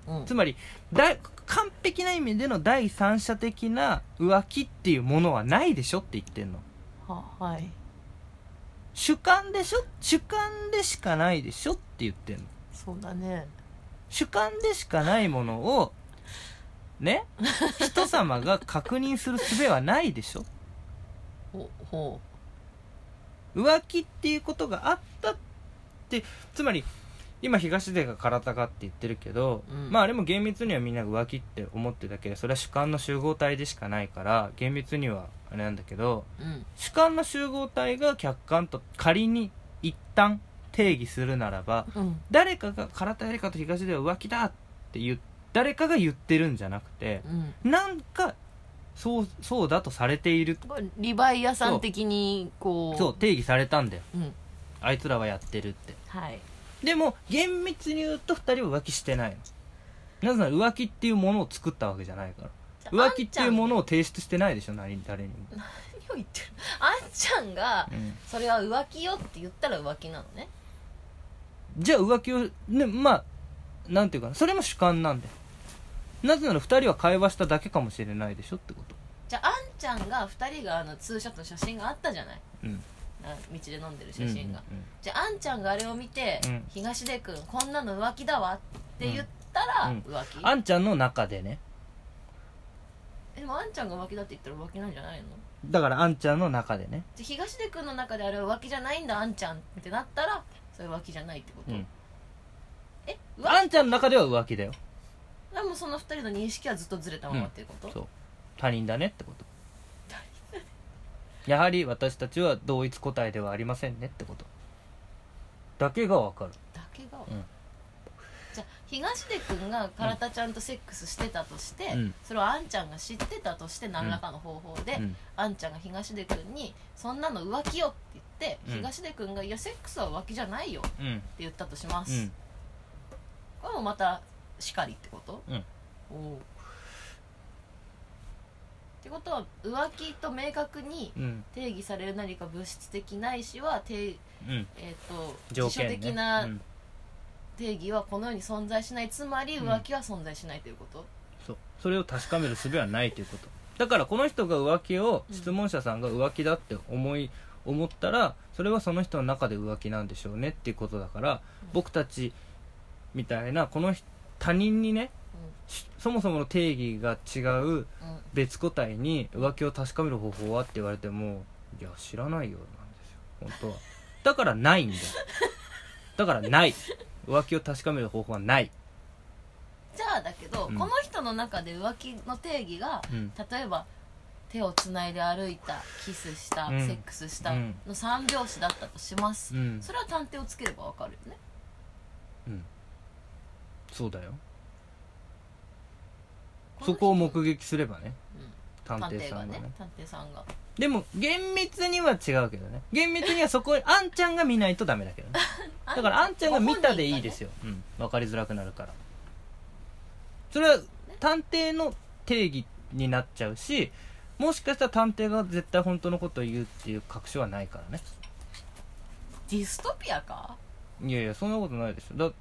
うん
つまりだ完璧な意味での第三者的な浮気っていうものはないでしょって言ってんの
ははい
主観でしょ主観でしかないでしょって言ってんの
そうだね
主観でしかないものを ね人様が確認する術はないでしょ
ほほ
浮気っていうことがあったってつまり今東出が体がって言ってるけど、
うん
まああれも厳密にはみんなが浮気って思ってるだけでそれは主観の集合体でしかないから厳密にはあれなんだけど
ううん
主観の集合体が客観と仮に一旦定義するならば
うん
誰かが唐田絵里香と東出は浮気だって言う誰かが言ってるんじゃなくて
うん
なんかそうそうだとされている
これリバイアさん的にこう
そう定義されたんだよ
うん
あいつらはやってるって
はい
でも厳密に言うと2人は浮気してないのなぜなら浮気っていうものを作ったわけじゃないから浮気っていうも
の
のを提出してないでしょ何誰にも、
何を言ってるあんちゃんが
うん
それは浮気よって言ったら浮気なのね
じゃあ浮気をねまあなんていうかなそれも主観なんだよなぜなら2人は会話しただけかもしれないでしょってこと
じゃああんちゃんが2人があのツーショットの写真があったじゃない
うん
あ道で飲んでる写真が、
うんうんうん
じゃああんちゃんがあれを見て、
うん
東出君こんなの浮気だわって言ったら
うんうん
浮気、
あんちゃんの中でね
でもあんちゃんが浮気だって言ったら浮気なんじゃないの
だからあんちゃんの中でね
じゃあ東出君の中であれは浮気じゃないんだあんちゃんってなったらそれ浮気じゃないってこと、
うん
え浮
あんちゃんの中では浮気だよ
気でもその2人の認識はずっとずれたままっていうこと、
そう他人だねってことやはり私たちは同一個体ではありませんねってことだけがわかる
だけが、
うん
じゃあ東出君が唐田ちゃんとセックスしてたとして、
うん
それをあんちゃんが知ってたとして何らかの方法で、
うん
あんちゃんが東出君に「そんなの浮気よ」って言って、
うん
東出君が「いやセックスは浮気じゃないよ」って
うん
言ったとします、
うん
これもまたしかりってこと、
うん
おおってことは浮気と明確に
うん
定義される何か物質的ないしは定、
うん
えー、と
条
辞書
件ね
的な
うん
定義はこの世に存在しないつまり浮気は存在しないということ、
そうそれを確かめる術はないということだからこの人が浮気を
うん
質問者さんが浮気だって思い思ったらそれはその人の中で浮気なんでしょうねっていうことだから
うん
僕たちみたいなこの人他人にねしそもそもの定義が違う
うんうん
別個体に浮気を確かめる方法はって言われてもいや知らないよなんですよ本当はだからないんだよだからない浮気を確かめる方法はない、
じゃあだけど、
うん
この人の中で浮気の定義が
うん、
例えば手をつないで歩いたキスした、
うん
セックスした
うん
の三拍子だったとします、
うん
それは探偵をつければわかるよね
そうだよ
この人
そこを目撃すればね
うん
探
探
偵
偵
さ
が
んがね
ね探偵さんが
でも厳密には違うけどね厳密にはそこ あんちゃんが見ないとダメだけどねだからあんちゃんが見たでいいです
よ
よ、うん、分かりづらくなるからそれは探偵の定義になっちゃうしもしかしたら探偵が絶対本当のことを言うっていう確証はないからね
ディストピアか
いやいやそんなことないでしょだ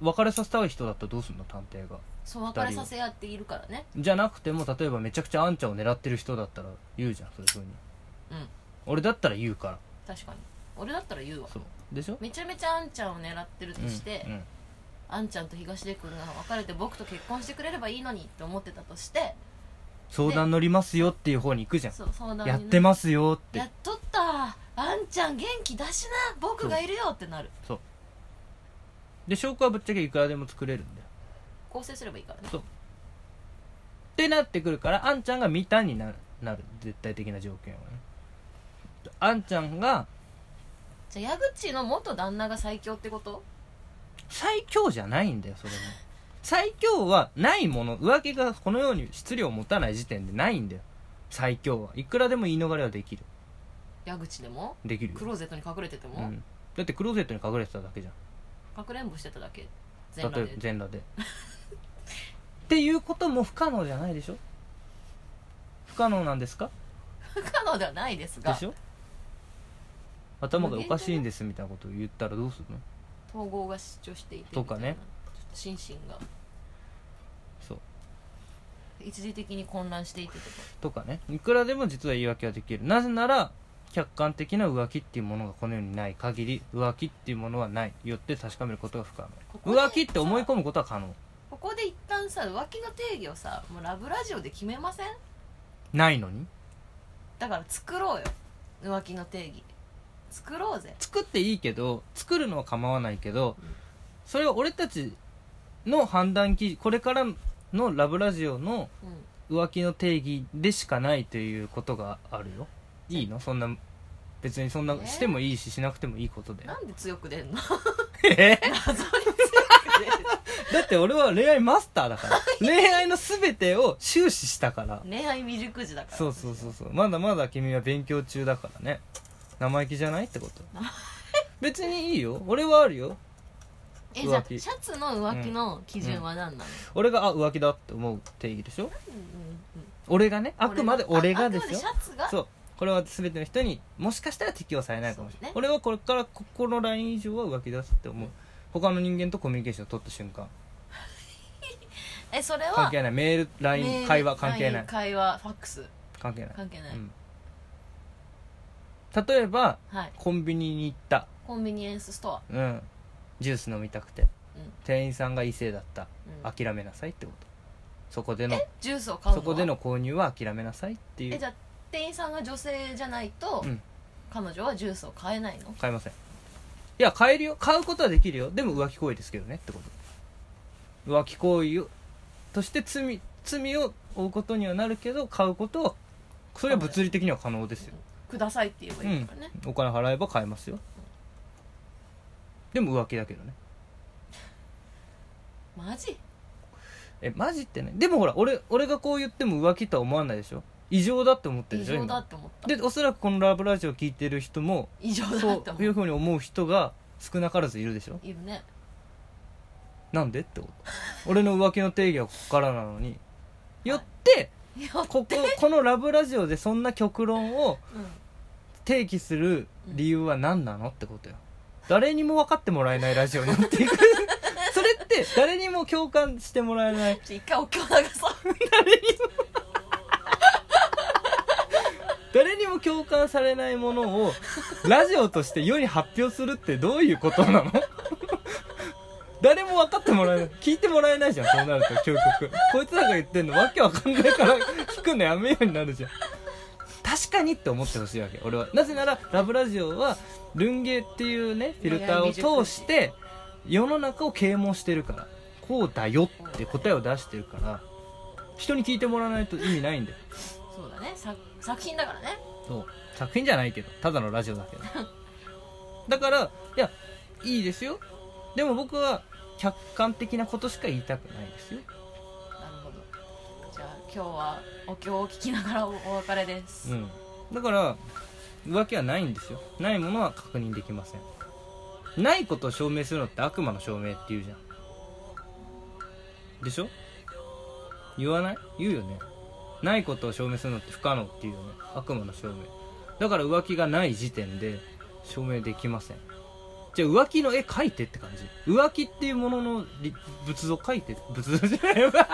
別れさせたい人だったらどうすんの探偵が
そう別れさせ合っているからね
じゃなくても例えばめちゃくちゃあんちゃんを狙ってる人だったら言うじゃんそういうふうに
うん
俺だったら言うから
確かに俺だったら言うわ
そうでしょ
めちゃめちゃあんちゃんを狙ってるとして、
うんうん
あんちゃんと東出君が別れて僕と結婚してくれればいいのにって思ってたとして
相談乗りますよっていう方に行くじゃん
そう相談にね
やってますよって
やっとったあんちゃん元気出しな僕がいるよってなる
で証拠はぶっちゃけいくらでも作れるんだよ
構成すればいいからね
そうってなってくるからあんちゃんが見たになるなる絶対的な条件はねあんちゃんが
じゃあ矢口の元旦那が最強ってこと
最強じゃないんだよそ れも最強はないもの浮気がこのように質量を持たない時点でないんだよ最強はいくらでも言い逃れはできる
矢口でも
できるよ
クローゼットに隠れてても、
うん、だってクローゼットに隠れてただけじゃん
かくれんぼしてただけ
例
全
えば
裸で
全裸でっていうことも不可能じゃないでしょ不可能なんですか
不可能ではないです
で
が
しょ頭がおかしいんですみたいなことを言ったらどうするの
統合が主張していて
とかね
みたいなちょっと心身が
そう
一時的に混乱していてとか
とかねいくらでも実は言い訳はできるなぜなら客観的な浮気っていうものがこの世にない限り浮気っていうものはないよって確かめることが不可
ここ
能
で
浮気って思い込むことは可能
ここで一旦さ浮気の定義をさもうラブラジオで決めません
ないのに
だから作ろうよ浮気の定義作ろうぜ
作っていいけど作るのは構わないけどそれは俺たちの判断基準これからのラブラジオの
うん
浮気の定義でしかないということがあるよいいのそんな別にそんな
え
してもいいししなくてもいいこ とで
なんで強く出んの
え
謎に強く
だって俺は恋愛マスターだから恋愛の全てを終始したから
出る恋愛未熟児だから
そうそうそうそうまだまだ君は勉強中だからね生意気じゃないってこと別にいいよ俺はあるよ
えじゃあ
浮
シ
気
ャツの浮気の基準は何なの、
俺があ浮気だって思う定義でし
う
ょ
んうんうん
俺がねあくまで俺がですよ
あくまでシャツが
そうこれは全ての人にもしかしたら適用されないかもしれない、
そう
俺はこれからここのライン以上は浮気だって思う他の人間とコミュニケーションを取った瞬間
えそれは
関係ないメール
メー
LINE
ル
会話関係な
LINE
い
会話ファックス
関係ない
関係ない、
うん、例えば
はい
コンビニに行った、
コンビニエンスストア、
うん、ジュース飲みたくて
うん
店員さんが異性だった
うん
諦めなさいってことそこでの
ジュースを買うの
そ
は
こでの購入は諦めなさいってい
え
う
じゃあ店員さんが女性じゃないと、
うん
彼女はジュースを買えないの
買えませんいや買えるよ買うことはできるよでも浮気行為ですけどねってこと浮気行為をとして罪罪を負うことにはなるけど買うことはそれは物理的には可能ですよ
くださいって言えばいいからね、
お金払えば買えますよでも浮気だけどね
マジ
えマジってねでもほら俺俺がこう言っても浮気とは思わないでしょ異常だって思ってる
異
でしょ
常だ
今
って思った
でおそらくこの「ラブラジオ」聞いてる人も
異常だ
そ
って
う
思
いう
っ
ふうに思う人が少なからずいるでしょ
たいるね
なんでってこと俺の浮気の定義はここからなのによって
いや
こここの「ラブラジオ」でそんな極論を
うん
提起する理由は何なのってことよ誰にも分かってもらえないラジオになって いくそれって誰にも共感してもらえない
ちょ一回お経流そう
誰にも共感されないものをラジオとして世に発表するってどういうことなの 誰も分かってもらえない聞いてもらえないじゃんそうなると究極こいつらが言ってんのわけわかんないから聞くのやめようになるじゃん確かにって思ってほしいわけ俺はなぜなら「ラブラジオ」はルンゲっていうねフィルターを通して世の中を啓蒙してるからこうだよって答えを出してるから人に聞いてもらわないと意味ないんだよ
そうだね作作品だからね
そう作品じゃないけどただのラジオだけどだからいやいいですよでも僕は客観的なことしか言いたくないですよ
なるほどじゃあ今日はお経を聞きながらおお別れです、
うんだから浮気はないんですよないものは確認できませんないことを証明するのって悪魔の証明って言うじゃんでしょ言わない言うよねないことを証明するのって不可能っていうよね悪魔の証明だから浮気がない時点で証明できませんじゃあ浮気の絵描いてって感じ浮気っていうもののり仏像描いて仏像じゃないわ